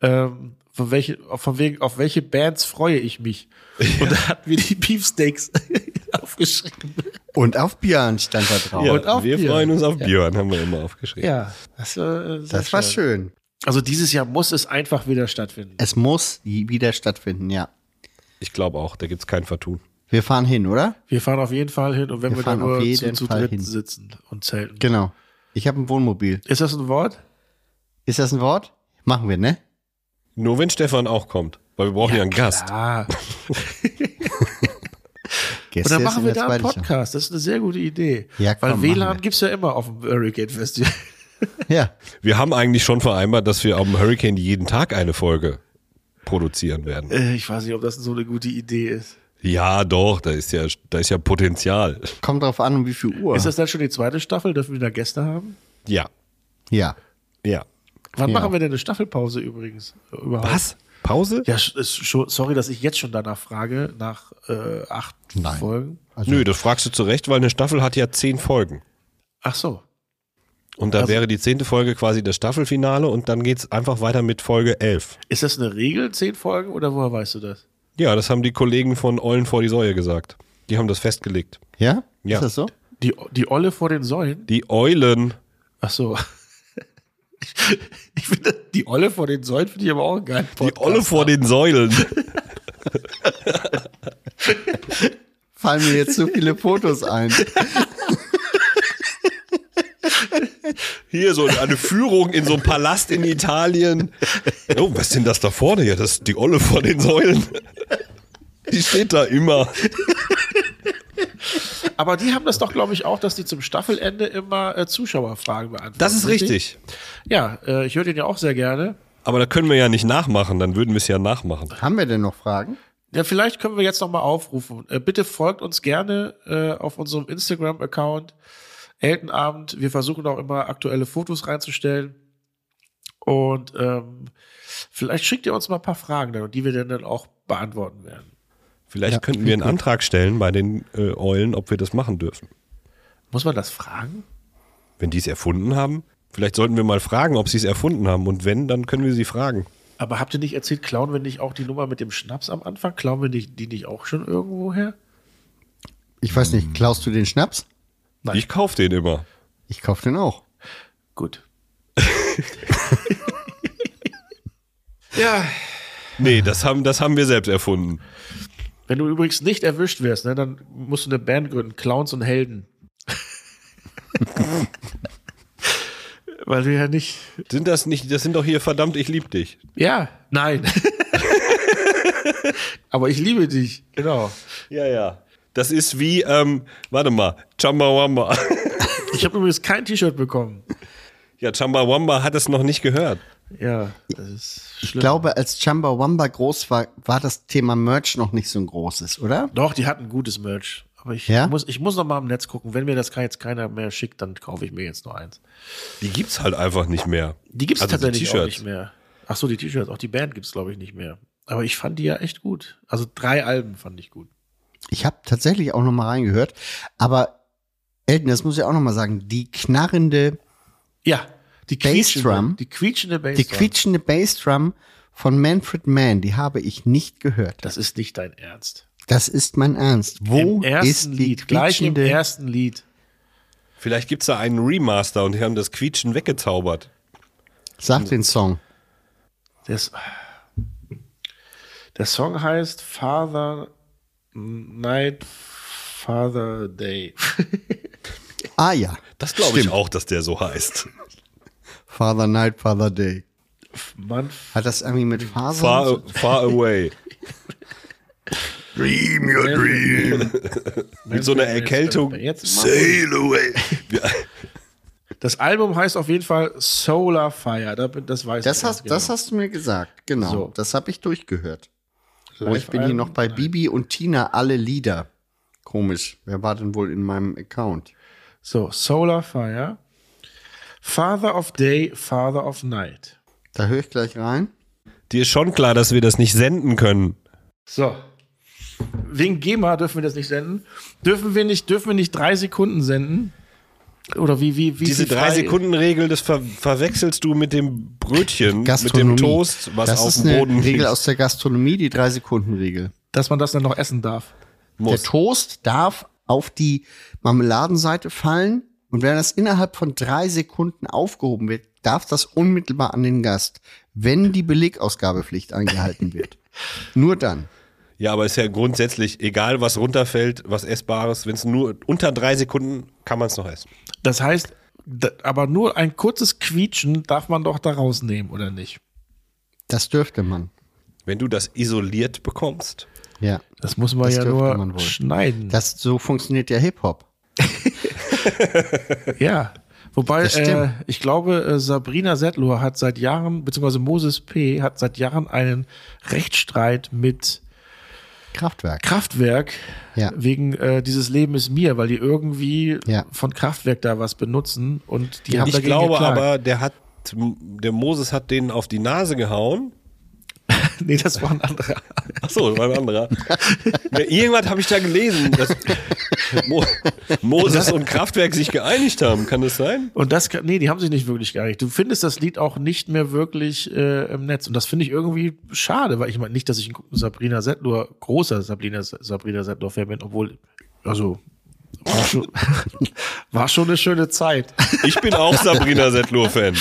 [SPEAKER 4] ähm, von welche, von wegen, auf welche Bands freue ich mich. Und da hatten wir die Beefsteaks aufgeschrieben.
[SPEAKER 2] Und auf Björn stand da drauf.
[SPEAKER 3] Ja,
[SPEAKER 4] Und auf
[SPEAKER 3] wir
[SPEAKER 4] Björn.
[SPEAKER 3] freuen uns auf Björn, haben wir immer aufgeschrieben.
[SPEAKER 4] Ja, das, war, äh, sehr
[SPEAKER 2] Das war schön.
[SPEAKER 4] Also dieses Jahr muss es einfach wieder stattfinden.
[SPEAKER 2] Es muss wieder stattfinden, ja.
[SPEAKER 3] Ich glaube auch, da gibt es kein Vertun.
[SPEAKER 2] Wir fahren hin, oder?
[SPEAKER 4] Wir fahren auf jeden Fall hin und wenn
[SPEAKER 2] Wir
[SPEAKER 4] wir, dann
[SPEAKER 2] fahren auf
[SPEAKER 4] nur zu,
[SPEAKER 2] jeden
[SPEAKER 4] zu
[SPEAKER 2] Fall
[SPEAKER 4] dritt
[SPEAKER 2] hin.
[SPEAKER 4] sitzen und zelten.
[SPEAKER 2] Genau. Ich habe ein Wohnmobil.
[SPEAKER 4] Ist das ein Wort?
[SPEAKER 2] Ist das ein Wort? Machen wir, ne?
[SPEAKER 3] Nur wenn Stefan auch kommt, weil wir brauchen ja, einen Gast.
[SPEAKER 4] Ah, und
[SPEAKER 2] Gäste
[SPEAKER 4] dann
[SPEAKER 2] ist
[SPEAKER 4] machen
[SPEAKER 2] in
[SPEAKER 4] wir
[SPEAKER 2] der
[SPEAKER 4] da einen
[SPEAKER 2] zweiten Show.
[SPEAKER 4] Podcast. Das ist eine sehr gute Idee.
[SPEAKER 2] Ja, komm,
[SPEAKER 4] Weil WLAN
[SPEAKER 2] machen wir.
[SPEAKER 4] gibt es ja immer auf dem Hurricane Festival.
[SPEAKER 2] Ja.
[SPEAKER 3] Wir haben eigentlich schon vereinbart, dass wir auf dem Hurricane jeden Tag eine Folge produzieren werden.
[SPEAKER 4] Äh, ich weiß nicht, ob das so eine gute Idee ist.
[SPEAKER 3] Ja, doch, da ist ja, da ist ja Potenzial.
[SPEAKER 2] Kommt drauf an, um wie viel Uhr.
[SPEAKER 4] Ist das dann schon die zweite Staffel? Dürfen wir da Gäste haben?
[SPEAKER 3] Ja,
[SPEAKER 2] ja.
[SPEAKER 3] ja.
[SPEAKER 4] Wann
[SPEAKER 2] Ja.
[SPEAKER 4] machen wir denn eine Staffelpause übrigens? äh, Überhaupt?
[SPEAKER 3] Pause?
[SPEAKER 4] Ja, sch- ist schon, sorry, dass ich jetzt schon danach frage, nach äh, acht
[SPEAKER 2] Nein.
[SPEAKER 4] Folgen.
[SPEAKER 3] Nö, das fragst du zurecht, weil eine Staffel hat ja zehn Folgen.
[SPEAKER 4] Ach so.
[SPEAKER 3] Und da
[SPEAKER 4] Also-
[SPEAKER 3] wäre die zehnte Folge quasi das Staffelfinale und dann geht's einfach weiter mit Folge 11.
[SPEAKER 4] Ist das eine Regel, zehn Folgen, oder woher weißt du das?
[SPEAKER 3] Ja, das haben die Kollegen von Eulen vor die Säue gesagt. Die haben das festgelegt.
[SPEAKER 2] Ja?
[SPEAKER 3] Ja.
[SPEAKER 2] Ist das so?
[SPEAKER 4] Die, die Olle vor den Säulen?
[SPEAKER 3] Die Eulen.
[SPEAKER 4] Ach so. Ich finde, die Olle vor den Säulen finde ich aber auch geil.
[SPEAKER 3] Die Olle vor den Säulen.
[SPEAKER 2] Fallen mir jetzt so viele Fotos ein.
[SPEAKER 3] Hier so eine Führung in so einem Palast in Italien. Oh, was ist denn das da vorne? Ja, das ist die Olle vor den Säulen. Die steht da immer.
[SPEAKER 4] Aber die haben das doch, glaube ich, auch, dass die zum Staffelende immer äh, Zuschauerfragen beantworten.
[SPEAKER 3] Das ist richtig.
[SPEAKER 4] Ja, äh, ich höre den ja auch sehr gerne.
[SPEAKER 3] Aber da können wir ja nicht nachmachen, dann würden wir es ja nachmachen.
[SPEAKER 2] Haben wir denn noch Fragen?
[SPEAKER 4] Ja, vielleicht können wir jetzt nochmal aufrufen. Äh, bitte folgt uns gerne äh, auf unserem Instagram-Account Eltenabend. Wir versuchen auch immer aktuelle Fotos reinzustellen. Und ähm, vielleicht schickt ihr uns mal ein paar Fragen, dann, die wir dann dann auch beantworten werden.
[SPEAKER 3] Vielleicht könnten wir einen Antrag stellen bei den äh, Eulen, ob wir das machen dürfen.
[SPEAKER 4] Muss man das fragen?
[SPEAKER 3] Wenn die es erfunden haben, vielleicht sollten wir mal fragen, ob sie es erfunden haben. Und wenn, dann können wir sie fragen.
[SPEAKER 4] Aber habt ihr nicht erzählt, klauen wir nicht auch die Nummer mit dem Schnaps am Anfang? Klauen wir nicht, die nicht auch schon irgendwo her?
[SPEAKER 2] Ich weiß nicht, klaust du den Schnaps?
[SPEAKER 4] Nein.
[SPEAKER 3] Ich kaufe den immer.
[SPEAKER 2] Ich kaufe den auch.
[SPEAKER 4] Gut. ja,
[SPEAKER 3] Nee, das haben, das haben wir selbst erfunden.
[SPEAKER 4] Wenn du übrigens nicht erwischt wirst, ne, dann musst du eine Band gründen, Clowns und Helden. Weil wir ja nicht.
[SPEAKER 3] Sind das nicht, das sind doch hier verdammt, ich lieb dich.
[SPEAKER 4] Ja, nein. Aber ich liebe dich. Genau.
[SPEAKER 3] Ja, ja. Das ist wie, ähm, warte mal, Chumbawamba.
[SPEAKER 4] Ich habe übrigens kein T-Shirt bekommen.
[SPEAKER 3] Ja, Chumbawamba hat es noch nicht gehört.
[SPEAKER 4] Ja, das ist
[SPEAKER 2] Ich
[SPEAKER 4] schlimm.
[SPEAKER 2] glaube, als Chumbawamba groß war, war das Thema Merch noch nicht so ein großes, oder?
[SPEAKER 4] Doch, die hatten gutes Merch. Aber ich
[SPEAKER 2] Ja?
[SPEAKER 4] muss, ich muss noch mal im Netz gucken. Wenn mir das jetzt keiner mehr schickt, dann kaufe ich mir jetzt noch eins.
[SPEAKER 3] Die gibt's halt einfach nicht mehr.
[SPEAKER 4] Die gibt's
[SPEAKER 3] Also die
[SPEAKER 4] tatsächlich auch
[SPEAKER 3] T-Shirts.
[SPEAKER 4] nicht mehr. Ach so, die T-Shirts, auch die Band gibt's glaube ich nicht mehr. Aber ich fand die ja echt gut. Also drei Alben fand ich gut.
[SPEAKER 2] Ich habe tatsächlich auch noch mal reingehört. Aber Elton, das muss ich auch noch mal sagen, die knarrende,
[SPEAKER 4] Ja, die
[SPEAKER 2] Bassdrum.
[SPEAKER 4] quietschende- die quietschende Bassdrum.
[SPEAKER 2] die quietschende Bassdrum von Manfred Mann, die habe ich nicht gehört.
[SPEAKER 4] das ist nicht dein Ernst.
[SPEAKER 2] Das ist mein Ernst. Wo
[SPEAKER 4] Im ersten
[SPEAKER 2] Oh, ist die
[SPEAKER 4] Lied, gleich im
[SPEAKER 2] quietschende-
[SPEAKER 4] ersten Lied.
[SPEAKER 3] Vielleicht gibt's da einen Remaster und die haben das Quietschen weggezaubert.
[SPEAKER 2] Sag den Song.
[SPEAKER 4] Das, der Song heißt Father Night, Father Day.
[SPEAKER 2] Ah ja,
[SPEAKER 3] Das glaube ich auch, dass der so heißt.
[SPEAKER 2] Father Night, Father Day.
[SPEAKER 4] Mann,
[SPEAKER 2] Hat das irgendwie mit Faser?
[SPEAKER 3] Far, far away.
[SPEAKER 1] Dream your dream.
[SPEAKER 3] Mit so einer Erkältung.
[SPEAKER 4] Jetzt mal-
[SPEAKER 1] Sail away.
[SPEAKER 4] das Album heißt auf jeden Fall Solar Fire. Da bin- Das weiß ich.
[SPEAKER 2] das,
[SPEAKER 4] ganz
[SPEAKER 2] hast, das hast du mir gesagt, genau.
[SPEAKER 4] genau. So.
[SPEAKER 2] Das habe ich durchgehört. Oh, ich bin
[SPEAKER 4] Live-Alben?
[SPEAKER 2] hier noch bei Bibi und Tina, alle Lieder. Komisch, wer war denn wohl in meinem Account?
[SPEAKER 4] So, Solar Fire. Father of Day, Father of Night.
[SPEAKER 2] Da höre ich gleich rein.
[SPEAKER 3] Dir ist schon klar, dass wir das nicht senden können.
[SPEAKER 4] So. Wegen GEMA dürfen wir das nicht senden. Dürfen wir nicht, dürfen wir nicht drei Sekunden senden? Oder wie, wie, wie
[SPEAKER 3] Diese
[SPEAKER 4] viel
[SPEAKER 3] drei
[SPEAKER 4] frei-
[SPEAKER 3] Sekunden Regel, das ver verwechselst du mit dem Brötchen, mit
[SPEAKER 2] Gastronomie.
[SPEAKER 3] dem Toast, was
[SPEAKER 2] das
[SPEAKER 3] auf
[SPEAKER 2] ist
[SPEAKER 3] dem
[SPEAKER 2] eine
[SPEAKER 3] Boden
[SPEAKER 2] Regel
[SPEAKER 3] liegt.
[SPEAKER 2] aus der Gastronomie, die drei Sekunden Regel.
[SPEAKER 4] Dass man das dann noch essen darf.
[SPEAKER 3] muss.
[SPEAKER 2] Der Toast darf auf die Marmeladenseite fallen und wenn das innerhalb von drei Sekunden aufgehoben wird, darf das unmittelbar an den Gast, wenn die Belegausgabepflicht eingehalten wird. Nur dann.
[SPEAKER 3] Ja, aber ist ja grundsätzlich egal, was runterfällt, was Essbares. Wenn es nur unter drei Sekunden kann man es noch essen.
[SPEAKER 4] Das heißt, da, aber nur ein kurzes Quietschen darf man doch da rausnehmen, oder nicht?
[SPEAKER 2] Das dürfte man.
[SPEAKER 3] Wenn du das isoliert bekommst,
[SPEAKER 2] Ja.
[SPEAKER 4] Das muss man
[SPEAKER 2] Das
[SPEAKER 4] ja
[SPEAKER 2] dürfte man
[SPEAKER 4] nur
[SPEAKER 2] wohl.
[SPEAKER 4] schneiden.
[SPEAKER 2] Das, so funktioniert ja Hip-Hop.
[SPEAKER 4] Ja. Wobei,
[SPEAKER 2] Das stimmt.
[SPEAKER 4] äh, ich glaube, äh, Sabrina Settler hat seit Jahren, beziehungsweise Moses P. hat seit Jahren einen Rechtsstreit mit
[SPEAKER 2] Kraftwerk.
[SPEAKER 4] Kraftwerk
[SPEAKER 2] Ja.
[SPEAKER 4] wegen äh, dieses Leben ist mir, weil die irgendwie
[SPEAKER 2] Ja.
[SPEAKER 4] von Kraftwerk da was benutzen und die haben
[SPEAKER 3] ich
[SPEAKER 4] dagegen
[SPEAKER 3] glaube
[SPEAKER 4] geklagt.
[SPEAKER 3] aber, der hat, der Moses hat denen auf die Nase gehauen.
[SPEAKER 4] nee, das war ein anderer.
[SPEAKER 3] Ach so, das war ein anderer. Ja, Irgendwas habe ich da gelesen, dass Mo Moses und Kraftwerk sich geeinigt haben. Kann das sein?
[SPEAKER 4] Und das kann, nee, die haben sich nicht wirklich geeinigt. Du findest das Lied auch nicht mehr wirklich äh, im Netz. Und das finde ich irgendwie schade, weil ich meine nicht, dass ich ein Sabrina Settler, großer Sabrina, Sabrina Settler-Fan bin, obwohl, also, war schon, war schon eine schöne Zeit.
[SPEAKER 3] Ich bin auch Sabrina Settler-Fan.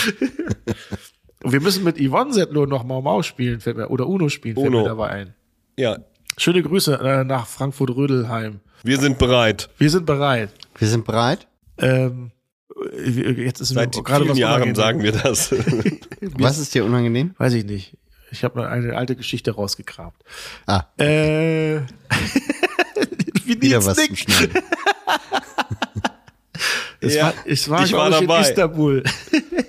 [SPEAKER 4] Und wir müssen mit Yvonne Settler noch Mau Mau spielen, fällt mir, oder Uno spielen, fällt
[SPEAKER 3] Uno.
[SPEAKER 4] mir dabei ein.
[SPEAKER 3] Ja,
[SPEAKER 4] Schöne Grüße äh, nach Frankfurt-Rödelheim.
[SPEAKER 3] wir sind bereit.
[SPEAKER 4] Wir sind bereit.
[SPEAKER 2] Wir sind bereit.
[SPEAKER 4] Ähm, äh, jetzt ist
[SPEAKER 3] Seit
[SPEAKER 4] mir gerade
[SPEAKER 3] vielen
[SPEAKER 4] was
[SPEAKER 3] Jahren
[SPEAKER 4] unangenehm.
[SPEAKER 3] sagen wir das.
[SPEAKER 2] Was ist dir unangenehm?
[SPEAKER 4] Weiß ich nicht. Ich habe eine alte Geschichte rausgekramt.
[SPEAKER 2] Ah,
[SPEAKER 4] Äh. Wie
[SPEAKER 2] wieder was zum
[SPEAKER 4] Nick.
[SPEAKER 2] Schneiden.
[SPEAKER 4] Es
[SPEAKER 3] Ja,
[SPEAKER 4] war, es war,
[SPEAKER 3] ich
[SPEAKER 4] glaub
[SPEAKER 3] war
[SPEAKER 4] ich,
[SPEAKER 3] dabei.
[SPEAKER 4] in Istanbul.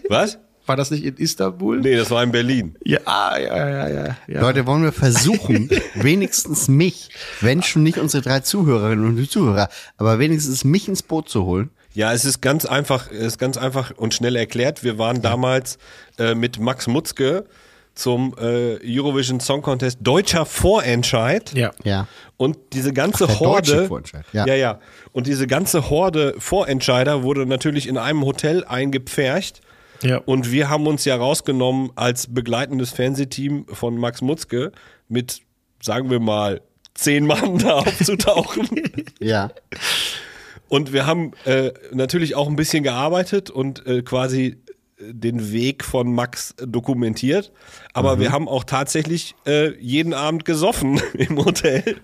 [SPEAKER 3] Was?
[SPEAKER 4] War das nicht in Istanbul?
[SPEAKER 3] Nee, das war in Berlin.
[SPEAKER 4] Ja, ah, ja, ja, ja, ja.
[SPEAKER 2] Leute, wollen wir versuchen, wenigstens mich, wenn schon nicht unsere drei Zuhörerinnen und Zuhörer, aber wenigstens mich ins Boot zu holen?
[SPEAKER 3] Ja, es ist ganz einfach, es ist ganz einfach und schnell erklärt. Wir waren damals äh, mit Max Mutzke zum äh, Eurovision Song Contest deutscher Vorentscheid.
[SPEAKER 4] Ja.
[SPEAKER 2] Ja.
[SPEAKER 3] Und diese ganze
[SPEAKER 2] der deutsche
[SPEAKER 3] Horde.
[SPEAKER 2] Vorentscheid, ja.
[SPEAKER 3] ja. ja, Und diese ganze Horde Vorentscheider wurde natürlich in einem Hotel eingepfercht.
[SPEAKER 4] Ja.
[SPEAKER 3] Und wir haben uns ja rausgenommen als begleitendes Fernsehteam von Max Mutzke mit, sagen wir mal, zehn Mann da aufzutauchen.
[SPEAKER 2] Ja.
[SPEAKER 3] Und wir haben äh, natürlich auch ein bisschen gearbeitet und äh, quasi äh, den Weg von Max dokumentiert.
[SPEAKER 4] Mhm.
[SPEAKER 3] Aber wir haben auch tatsächlich äh, jeden Abend gesoffen im Hotel.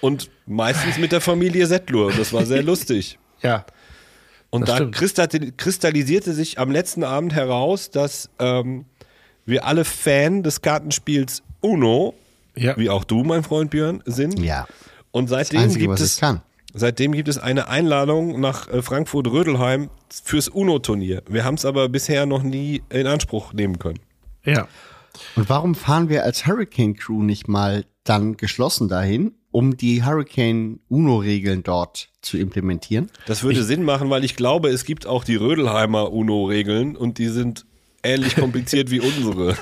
[SPEAKER 3] Und meistens mit der Familie Settlur. Und Das war sehr lustig.
[SPEAKER 4] ja.
[SPEAKER 3] Und da
[SPEAKER 4] Das stimmt.
[SPEAKER 3] kristall- kristallisierte sich am letzten Abend heraus, dass ähm, wir alle Fan des Kartenspiels Uno,
[SPEAKER 4] Ja.
[SPEAKER 3] wie auch du, mein Freund Björn, sind.
[SPEAKER 2] Ja.
[SPEAKER 3] Und seitdem
[SPEAKER 2] Einzige,
[SPEAKER 3] gibt
[SPEAKER 2] was ich
[SPEAKER 3] es
[SPEAKER 2] kann.
[SPEAKER 3] seitdem gibt es eine Einladung nach äh, Frankfurt Rödelheim fürs Uno-Turnier. Wir haben es aber bisher noch nie in Anspruch nehmen können.
[SPEAKER 4] Ja.
[SPEAKER 2] Und warum fahren wir als Hurricane Crew nicht mal dann geschlossen dahin, um die Hurricane Uno Regeln dort zu implementieren?
[SPEAKER 3] Das würde Sinn machen, weil ich glaube, es gibt auch die Rödelheimer Uno-Regeln und die sind ähnlich kompliziert wie unsere.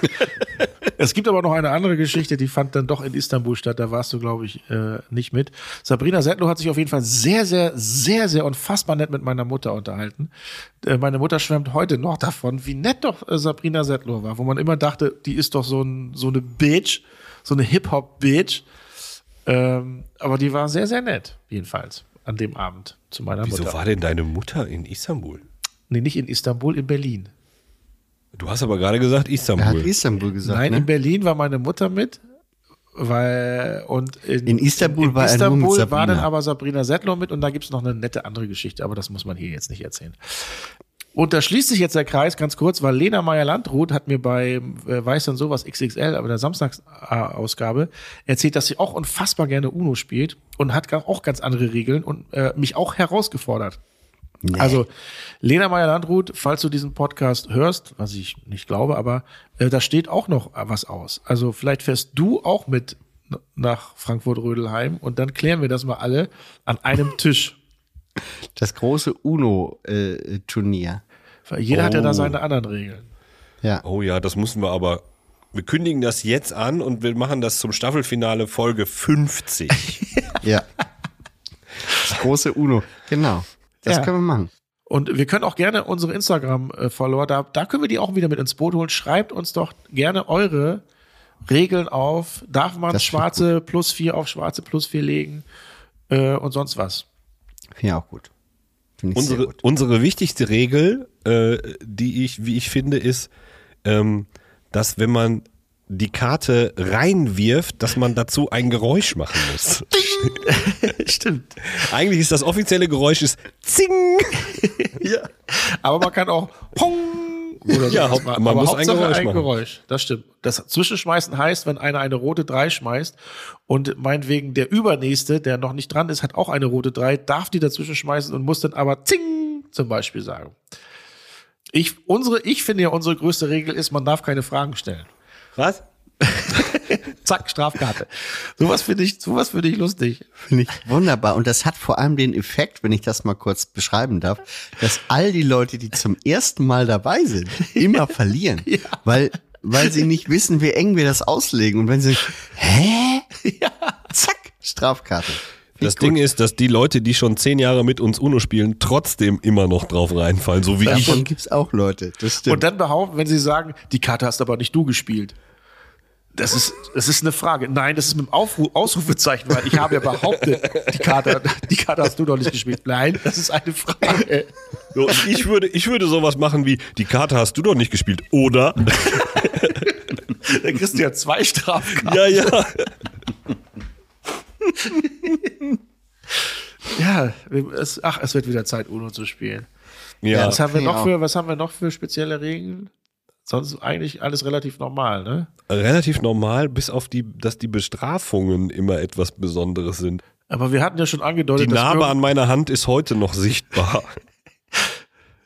[SPEAKER 4] Es gibt aber noch eine andere Geschichte, die fand dann doch in Istanbul statt. Da warst du, glaube ich, äh, nicht mit. Sabrina Settlow hat sich auf jeden Fall sehr, sehr, sehr, sehr unfassbar nett mit meiner Mutter unterhalten. Äh, meine Mutter schwärmt heute noch davon, wie nett doch äh, Sabrina Settlow war, wo man immer dachte, die ist doch so, ein, so eine Bitch, so eine Hip-Hop-Bitch. Ähm, aber die war sehr, sehr nett, jedenfalls, an dem Abend zu meiner
[SPEAKER 3] Wieso
[SPEAKER 4] Mutter.
[SPEAKER 3] war denn deine Mutter in Istanbul?
[SPEAKER 4] Nee, nicht in Istanbul, in Berlin.
[SPEAKER 3] Du hast aber gerade gesagt
[SPEAKER 2] Er hat
[SPEAKER 3] Istanbul.
[SPEAKER 2] Istanbul gesagt.
[SPEAKER 4] Nein, in
[SPEAKER 2] ne?
[SPEAKER 4] Berlin war meine Mutter mit. Weil, und in,
[SPEAKER 2] In Istanbul
[SPEAKER 4] in, in
[SPEAKER 2] war er nur mit
[SPEAKER 4] Istanbul
[SPEAKER 2] Sabrina.
[SPEAKER 4] war dann aber Sabrina Settler mit und da gibt es noch eine nette andere Geschichte, aber das muss man hier jetzt nicht erzählen. Und da schließt sich jetzt der Kreis ganz kurz, weil Lena Meyer-Landrut hat mir bei äh, Weiß und sowas XXL, aber der Samstagsausgabe, erzählt, dass sie auch unfassbar gerne UNO spielt und hat gar- auch ganz andere Regeln und äh, mich auch herausgefordert. Also, Lena Meyer-Landrut, falls du diesen Podcast hörst, was ich nicht glaube, aber äh, da steht auch noch was aus. Also, vielleicht fährst du auch mit n- nach Frankfurt-Rödelheim und dann klären wir das mal alle an einem Tisch.
[SPEAKER 2] Das große Uno äh, Turnier.
[SPEAKER 4] Weil jeder hat ja da
[SPEAKER 3] Oh.
[SPEAKER 4] seine anderen Regeln.
[SPEAKER 2] Ja.
[SPEAKER 3] Oh ja, das müssen wir aber. Wir kündigen das jetzt an und wir machen das zum Staffelfinale Folge 50.
[SPEAKER 2] Ja. Das große Uno. Genau. Das
[SPEAKER 4] Ja.
[SPEAKER 2] können wir machen.
[SPEAKER 4] Und wir können auch gerne unsere Instagram-Follower, da, da können wir die auch wieder mit ins Boot holen. Schreibt uns doch gerne eure Regeln auf. Darf man
[SPEAKER 2] Das klingt
[SPEAKER 4] schwarze plus vier auf schwarze plus vier legen äh, und sonst was?
[SPEAKER 2] Finde ich auch gut. Finde ich sehr
[SPEAKER 3] Unsere,
[SPEAKER 2] gut.
[SPEAKER 3] unsere wichtigste Regel, äh, die ich, wie ich finde, ist, ähm, dass wenn man die Karte reinwirft, dass man dazu ein Geräusch machen muss.
[SPEAKER 4] Stimmt.
[SPEAKER 3] Eigentlich ist das offizielle Geräusch ist Zing.
[SPEAKER 4] Ja. Aber man kann auch Pong oder
[SPEAKER 3] Ja,
[SPEAKER 4] sowas
[SPEAKER 3] Haupt-
[SPEAKER 4] machen.
[SPEAKER 3] man
[SPEAKER 4] Aber
[SPEAKER 3] muss ein
[SPEAKER 4] Hauptsache
[SPEAKER 3] Geräusch
[SPEAKER 4] ein
[SPEAKER 3] machen.
[SPEAKER 4] Geräusch. Das stimmt. Das Zwischenschmeißen heißt, wenn einer eine rote 3 schmeißt und meinetwegen der übernächste, der noch nicht dran ist, hat auch eine rote 3, darf die dazwischen schmeißen und muss dann aber Zing zum Beispiel sagen. Ich, unsere, ich finde ja, unsere größte Regel ist, man darf keine Fragen stellen.
[SPEAKER 3] Was?
[SPEAKER 4] Zack, Strafkarte. Sowas finde ich, sowas finde ich lustig.
[SPEAKER 2] Finde ich wunderbar. Und das hat vor allem den Effekt, wenn ich das mal kurz beschreiben darf, dass all die Leute, die zum ersten Mal dabei sind, immer verlieren. Weil, weil sie nicht wissen, wie eng wir das auslegen. Und wenn sie, hä? Zack, Strafkarte. Finde
[SPEAKER 3] Das
[SPEAKER 2] ich gut.
[SPEAKER 3] Ding ist, dass die Leute, die schon zehn Jahre mit uns UNO spielen, trotzdem immer noch drauf reinfallen, so wie ich.
[SPEAKER 2] Davon gibt's auch Leute. Das stimmt.
[SPEAKER 4] Und dann behaupten, wenn sie sagen, die Karte hast aber nicht du gespielt. Das ist, das ist eine Frage. Nein, das ist mit dem Aufru Ausrufezeichen, weil ich habe ja behauptet, die Karte, die Karte hast du doch nicht gespielt. Nein, das ist eine Frage.
[SPEAKER 3] So, und Ich würde, ich würde sowas machen wie, die Karte hast du doch nicht gespielt, oder?
[SPEAKER 4] Da kriegst du ja zwei Strafkarten.
[SPEAKER 3] Ja, ja.
[SPEAKER 4] Ja, es, ach, es wird wieder Zeit, Uno zu spielen.
[SPEAKER 3] Ja,
[SPEAKER 4] was, haben wir
[SPEAKER 2] finde ich
[SPEAKER 4] noch für, was haben wir noch für spezielle Regeln? Sonst eigentlich alles relativ normal, ne?
[SPEAKER 3] relativ normal, bis auf die, dass die Bestrafungen immer etwas Besonderes sind.
[SPEAKER 4] Aber wir hatten ja schon
[SPEAKER 3] Die
[SPEAKER 4] angedeutet,
[SPEAKER 3] Narbe
[SPEAKER 4] wir,
[SPEAKER 3] an meiner Hand ist heute noch sichtbar.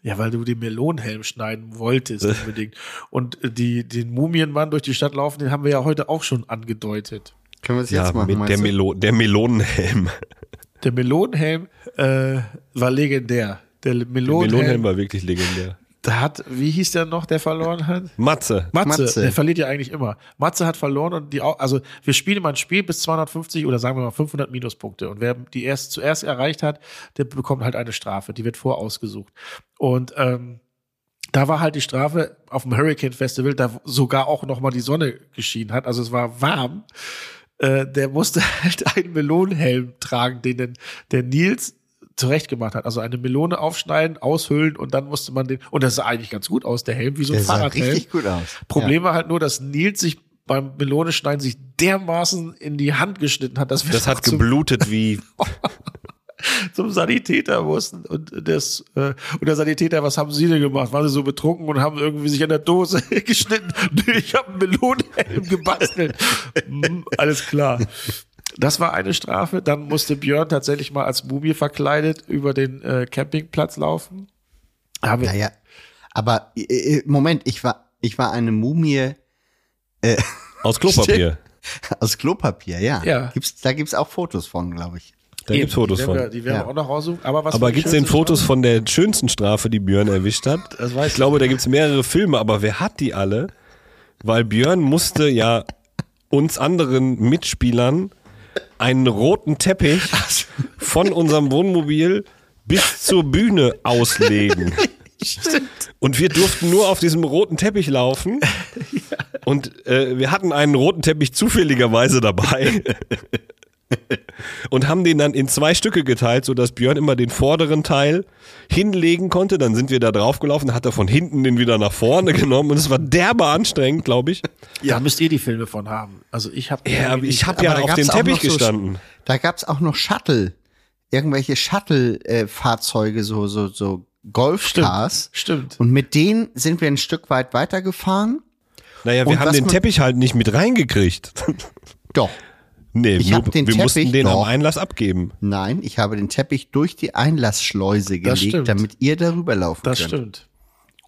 [SPEAKER 4] Ja, weil du den Melonenhelm schneiden wolltest unbedingt. Und äh, die, den Mumienmann durch die Stadt laufen, den haben wir ja heute auch schon angedeutet.
[SPEAKER 2] Können wir es
[SPEAKER 3] Ja,
[SPEAKER 2] jetzt machen,
[SPEAKER 3] mit
[SPEAKER 2] meinst
[SPEAKER 3] der,
[SPEAKER 2] du?
[SPEAKER 3] Melo der Melonenhelm.
[SPEAKER 4] Der Melonenhelm äh, war legendär. Der
[SPEAKER 3] Der
[SPEAKER 4] Melonenhelm,
[SPEAKER 3] Melonenhelm war wirklich legendär.
[SPEAKER 4] da hat, wie hieß der noch, der verloren hat?
[SPEAKER 3] Matze.
[SPEAKER 4] Matze,
[SPEAKER 2] Matze.
[SPEAKER 4] der verliert ja eigentlich immer. Matze hat verloren und die, au- also wir spielen immer ein Spiel bis 250 oder sagen wir mal 500 Minuspunkte und wer die erst zuerst erreicht hat, der bekommt halt eine Strafe, die wird vorausgesucht. Und ähm, da war halt die Strafe auf dem Hurricane Festival, da sogar auch noch mal die Sonne geschienen hat, also es war warm. Äh, der musste halt einen Melonenhelm tragen, den denn der Nils zurechtgemacht hat. Also eine Melone aufschneiden, aushöhlen und dann musste man den. Und das sah eigentlich ganz gut aus, der Helm, wie so ein
[SPEAKER 2] Der sah
[SPEAKER 4] Fahrradhelm.
[SPEAKER 2] richtig gut aus.
[SPEAKER 4] Problem war halt nur, dass Nils sich beim Meloneschneiden sich dermaßen in die Hand geschnitten hat, dass wir
[SPEAKER 3] Das
[SPEAKER 4] noch
[SPEAKER 3] hat
[SPEAKER 4] zum,
[SPEAKER 3] geblutet wie.
[SPEAKER 4] zum Sanitäter mussten. Und, das, äh, und der Sanitäter, was haben Sie denn gemacht? Waren Sie so betrunken und haben irgendwie sich an der Dose geschnitten? Nö, ich habe einen Melonenhelm gebastelt. Hm, alles klar. Das war eine Strafe. Dann musste Björn tatsächlich mal als Mumie verkleidet über den äh, Campingplatz laufen. Haben wir,
[SPEAKER 2] Naja, aber äh, äh, Moment, ich war, ich war eine Mumie
[SPEAKER 3] Aus Klopapier.
[SPEAKER 2] aus Klopapier, ja.
[SPEAKER 4] Ja.
[SPEAKER 2] Gibt's, da gibt's auch Fotos von, glaube ich.
[SPEAKER 3] Da gibt's Fotos
[SPEAKER 4] die werden Wir,
[SPEAKER 3] von.
[SPEAKER 4] die werden wir
[SPEAKER 2] Ja.
[SPEAKER 4] auch noch raussuchen. Aber, was
[SPEAKER 3] Aber
[SPEAKER 4] für die
[SPEAKER 3] gibt's denn
[SPEAKER 4] schönste
[SPEAKER 3] Fotos von der schönsten Strafe, die Björn erwischt hat?
[SPEAKER 4] Das weiß
[SPEAKER 3] ich glaube, da gibt's mehrere Filme, aber wer hat die alle? Weil Björn musste ja uns anderen Mitspielern einen roten Teppich von unserem Wohnmobil bis zur Bühne auslegen. Und wir durften nur auf diesem roten Teppich laufen. Und äh, wir hatten einen roten Teppich zufälligerweise dabei. Und haben den dann in zwei Stücke geteilt, sodass Björn immer den vorderen Teil hinlegen konnte. Dann sind wir da draufgelaufen, hat er von hinten den wieder nach vorne genommen. Und es war derbe anstrengend, glaube ich.
[SPEAKER 4] Da müsst ihr die Filme von haben. Also ich habe
[SPEAKER 3] Ja, aber ich habe
[SPEAKER 2] Aber
[SPEAKER 3] ja
[SPEAKER 2] da
[SPEAKER 3] auf
[SPEAKER 2] gab's
[SPEAKER 3] dem
[SPEAKER 2] auch
[SPEAKER 3] Teppich
[SPEAKER 2] noch so-
[SPEAKER 3] gestanden.
[SPEAKER 2] Da gab's auch noch Shuttle, irgendwelche Shuttle-Fahrzeuge, so, so, so Golfstars.
[SPEAKER 4] Stimmt.
[SPEAKER 2] Und mit denen sind wir ein Stück weit weitergefahren.
[SPEAKER 3] Naja, wir
[SPEAKER 2] Und
[SPEAKER 3] haben
[SPEAKER 2] was
[SPEAKER 3] den
[SPEAKER 2] man-
[SPEAKER 3] Teppich halt nicht mit reingekriegt.
[SPEAKER 2] Doch,
[SPEAKER 3] nee,
[SPEAKER 2] Ich
[SPEAKER 3] nur,
[SPEAKER 2] hab den
[SPEAKER 3] wir mussten
[SPEAKER 2] Teppich
[SPEAKER 3] den am
[SPEAKER 2] doch.
[SPEAKER 3] Einlass abgeben.
[SPEAKER 2] nein, ich habe den Teppich durch die Einlassschleuse gelegt,
[SPEAKER 4] Das stimmt.
[SPEAKER 2] damit ihr darüber laufen
[SPEAKER 4] Das
[SPEAKER 2] könnt.
[SPEAKER 4] stimmt.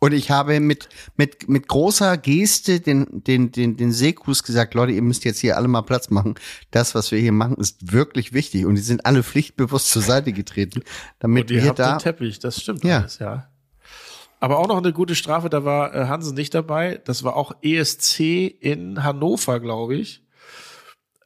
[SPEAKER 2] Und ich habe mit, mit, mit großer Geste den, den, den, den Sekus gesagt, Leute, ihr müsst jetzt hier alle mal Platz machen. Das, was wir hier machen, ist wirklich wichtig. Und die sind alle pflichtbewusst zur Seite getreten, damit
[SPEAKER 4] Und ihr
[SPEAKER 2] wir
[SPEAKER 4] habt
[SPEAKER 2] da.
[SPEAKER 4] den Teppich, das stimmt
[SPEAKER 2] Ja.
[SPEAKER 4] alles, ja. Aber auch noch eine gute Strafe, da war äh, Hansen nicht dabei. Das war auch ESC in Hannover, glaube ich.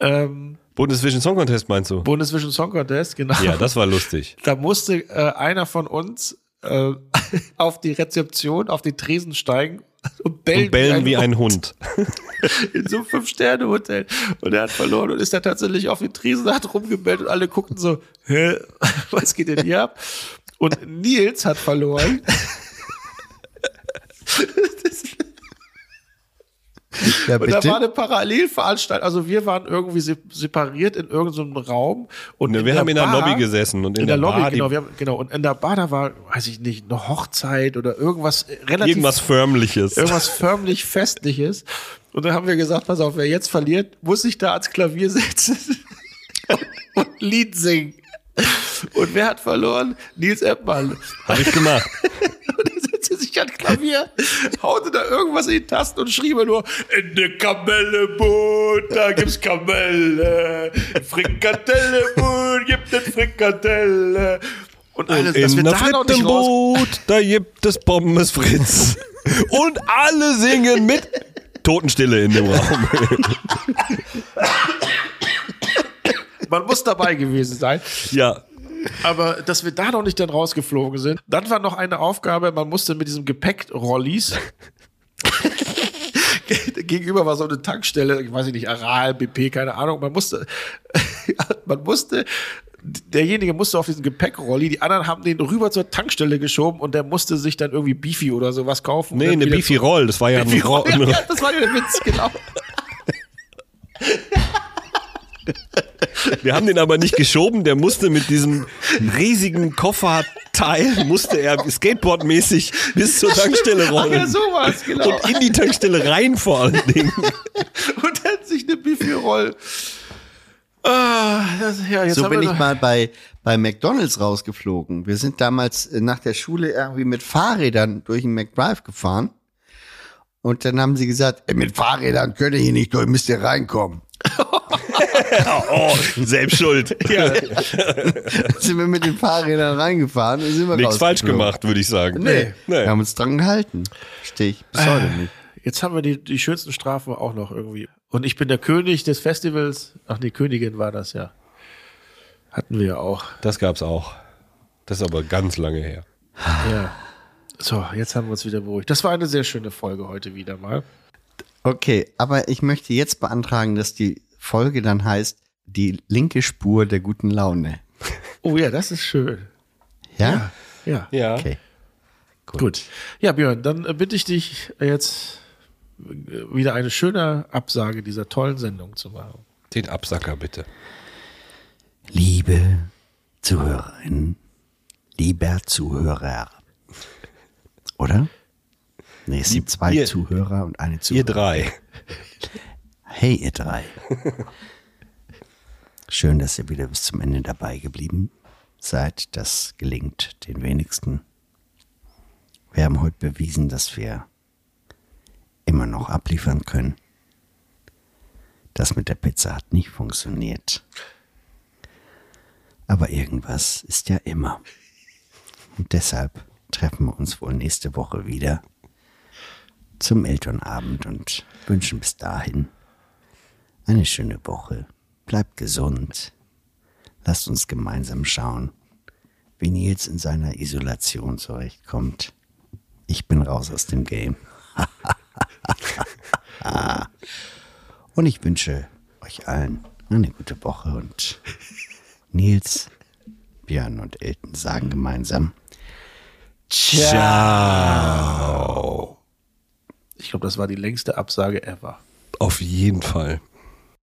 [SPEAKER 4] Ähm,
[SPEAKER 3] Bundesvision Song Contest meinst du?
[SPEAKER 4] Bundesvision Song Contest, genau.
[SPEAKER 3] Ja, das war lustig.
[SPEAKER 4] Da musste äh, einer von uns äh, auf die Rezeption, auf den Tresen steigen und bellen,
[SPEAKER 3] Und bellen wie ein Hund.
[SPEAKER 4] in so einem Fünf-Sterne-Hotel. Und er hat verloren und ist dann tatsächlich auf den Tresen hat rumgebellt und alle guckten so, hä, was geht denn hier ab? Und Nils hat verloren.
[SPEAKER 2] Ja,
[SPEAKER 4] Und da war
[SPEAKER 2] bitte.
[SPEAKER 4] eine Parallelveranstaltung. Also wir waren irgendwie se- separiert in irgendeinem Raum. Und
[SPEAKER 3] Ne, wir haben in der
[SPEAKER 4] Bar-
[SPEAKER 3] Lobby gesessen und in,
[SPEAKER 4] In der, Lobby,
[SPEAKER 3] Bar die-
[SPEAKER 4] genau, wir haben, genau. Und in der Bar, da war, weiß ich nicht, eine Hochzeit oder irgendwas äh, relativ
[SPEAKER 3] irgendwas Förmliches.
[SPEAKER 4] irgendwas förmlich Festliches. Und dann haben wir gesagt, pass auf, wer jetzt verliert, muss sich da ans Klavier setzen und, und ein Lied singen. Und wer hat verloren? Nils Eppmann.
[SPEAKER 3] Habe ich gemacht.
[SPEAKER 4] Und er setzte sich ans Klavier, haute da irgendwas in die Tasten und schrieb nur, in der Kamelleboot, da gibt's Kamelle, Frikadelleboot, gibt es Frikadelle. Und alles, dass wir
[SPEAKER 3] In der
[SPEAKER 4] da noch nicht raus
[SPEAKER 3] Frittenboot, da gibt es Pommes Fritz. Und alle singen mit Totenstille in dem Raum.
[SPEAKER 4] Man muss dabei gewesen sein.
[SPEAKER 3] Ja.
[SPEAKER 4] Aber dass wir da noch nicht dann rausgeflogen sind. Dann war noch eine Aufgabe, man musste mit diesem Gepäckrollis gegenüber war so eine Tankstelle, ich weiß nicht, Aral, BP, keine Ahnung, man musste man musste derjenige musste auf diesen Gepäckrolli, die anderen haben den rüber zur Tankstelle geschoben und der musste sich dann irgendwie Beefy oder sowas kaufen.
[SPEAKER 3] Nee,
[SPEAKER 4] Und dann
[SPEAKER 3] eine
[SPEAKER 4] wieder
[SPEAKER 3] Beefy Roll, das war ja ein ne? Roll.
[SPEAKER 4] ja, ja, das war der Witz, genau.
[SPEAKER 3] Wir haben den aber nicht geschoben, der musste mit diesem riesigen Kofferteil, musste er skateboardmäßig bis zur Tankstelle rollen.
[SPEAKER 4] Ja, sowas, genau.
[SPEAKER 3] Und in die Tankstelle rein vor allen Dingen.
[SPEAKER 4] und dann sich eine Bifi roll. Ah, das, ja, jetzt
[SPEAKER 2] So
[SPEAKER 4] haben
[SPEAKER 2] bin
[SPEAKER 4] wir
[SPEAKER 2] ich
[SPEAKER 4] noch-
[SPEAKER 2] mal bei, bei McDonalds rausgeflogen. Wir sind damals äh, nach der Schule irgendwie mit Fahrrädern durch den McDrive gefahren. Und dann haben sie gesagt, "Ey, mit Fahrrädern könnt ihr hier nicht durch, müsst ihr reinkommen.
[SPEAKER 3] Oh, selbst schuld.
[SPEAKER 2] Dann sind wir mit den Fahrrädern reingefahren und sind wir
[SPEAKER 3] Nichts falsch
[SPEAKER 2] rausgeflogen.
[SPEAKER 3] gemacht, würde ich sagen.
[SPEAKER 2] Nee.
[SPEAKER 3] nee.
[SPEAKER 2] Wir haben uns dran gehalten. Stehe ich bis heute nicht.
[SPEAKER 4] Jetzt haben wir die, die schönsten Strafen auch noch irgendwie. Und ich bin der König des Festivals. Ach nee, Königin war das ja. Hatten wir ja auch.
[SPEAKER 3] Das gab's auch. Das ist aber ganz lange her.
[SPEAKER 4] Ja. So, jetzt haben wir uns wieder beruhigt. Das war eine sehr schöne Folge heute wieder mal.
[SPEAKER 2] Okay, aber ich möchte jetzt beantragen, dass die Folge dann heißt, die linke Spur der guten Laune.
[SPEAKER 4] Oh ja, das ist schön.
[SPEAKER 2] Ja?
[SPEAKER 4] Ja,
[SPEAKER 3] Ja.
[SPEAKER 2] Okay.
[SPEAKER 4] gut. Ja, Björn, dann äh, bitte ich dich jetzt äh, wieder eine schöne Absage dieser tollen Sendung zu machen.
[SPEAKER 3] Den Absacker bitte.
[SPEAKER 2] Liebe Zuhörerin, lieber Zuhörer. Oder? Nee, es
[SPEAKER 3] Lieb-
[SPEAKER 2] sind zwei
[SPEAKER 3] ihr-
[SPEAKER 2] Zuhörer und eine
[SPEAKER 3] Ihr
[SPEAKER 2] Zuhörerin.
[SPEAKER 3] drei.
[SPEAKER 2] Hey, ihr drei. Schön, dass ihr wieder bis zum Ende dabei geblieben seid. Das gelingt den wenigsten. Wir haben heute bewiesen, dass wir immer noch abliefern können. Das mit der Pizza hat nicht funktioniert. Aber irgendwas ist ja immer. Und deshalb treffen wir uns wohl nächste Woche wieder zum Elternabend und wünschen bis dahin eine schöne Woche. Bleibt gesund. Lasst uns gemeinsam schauen, wie Nils in seiner Isolation zurechtkommt. Ich bin raus aus dem Game. und ich wünsche euch allen eine gute Woche und Nils, Björn und Elton sagen gemeinsam.
[SPEAKER 4] Ich glaube, das war die längste Absage ever.
[SPEAKER 3] Auf jeden Fall.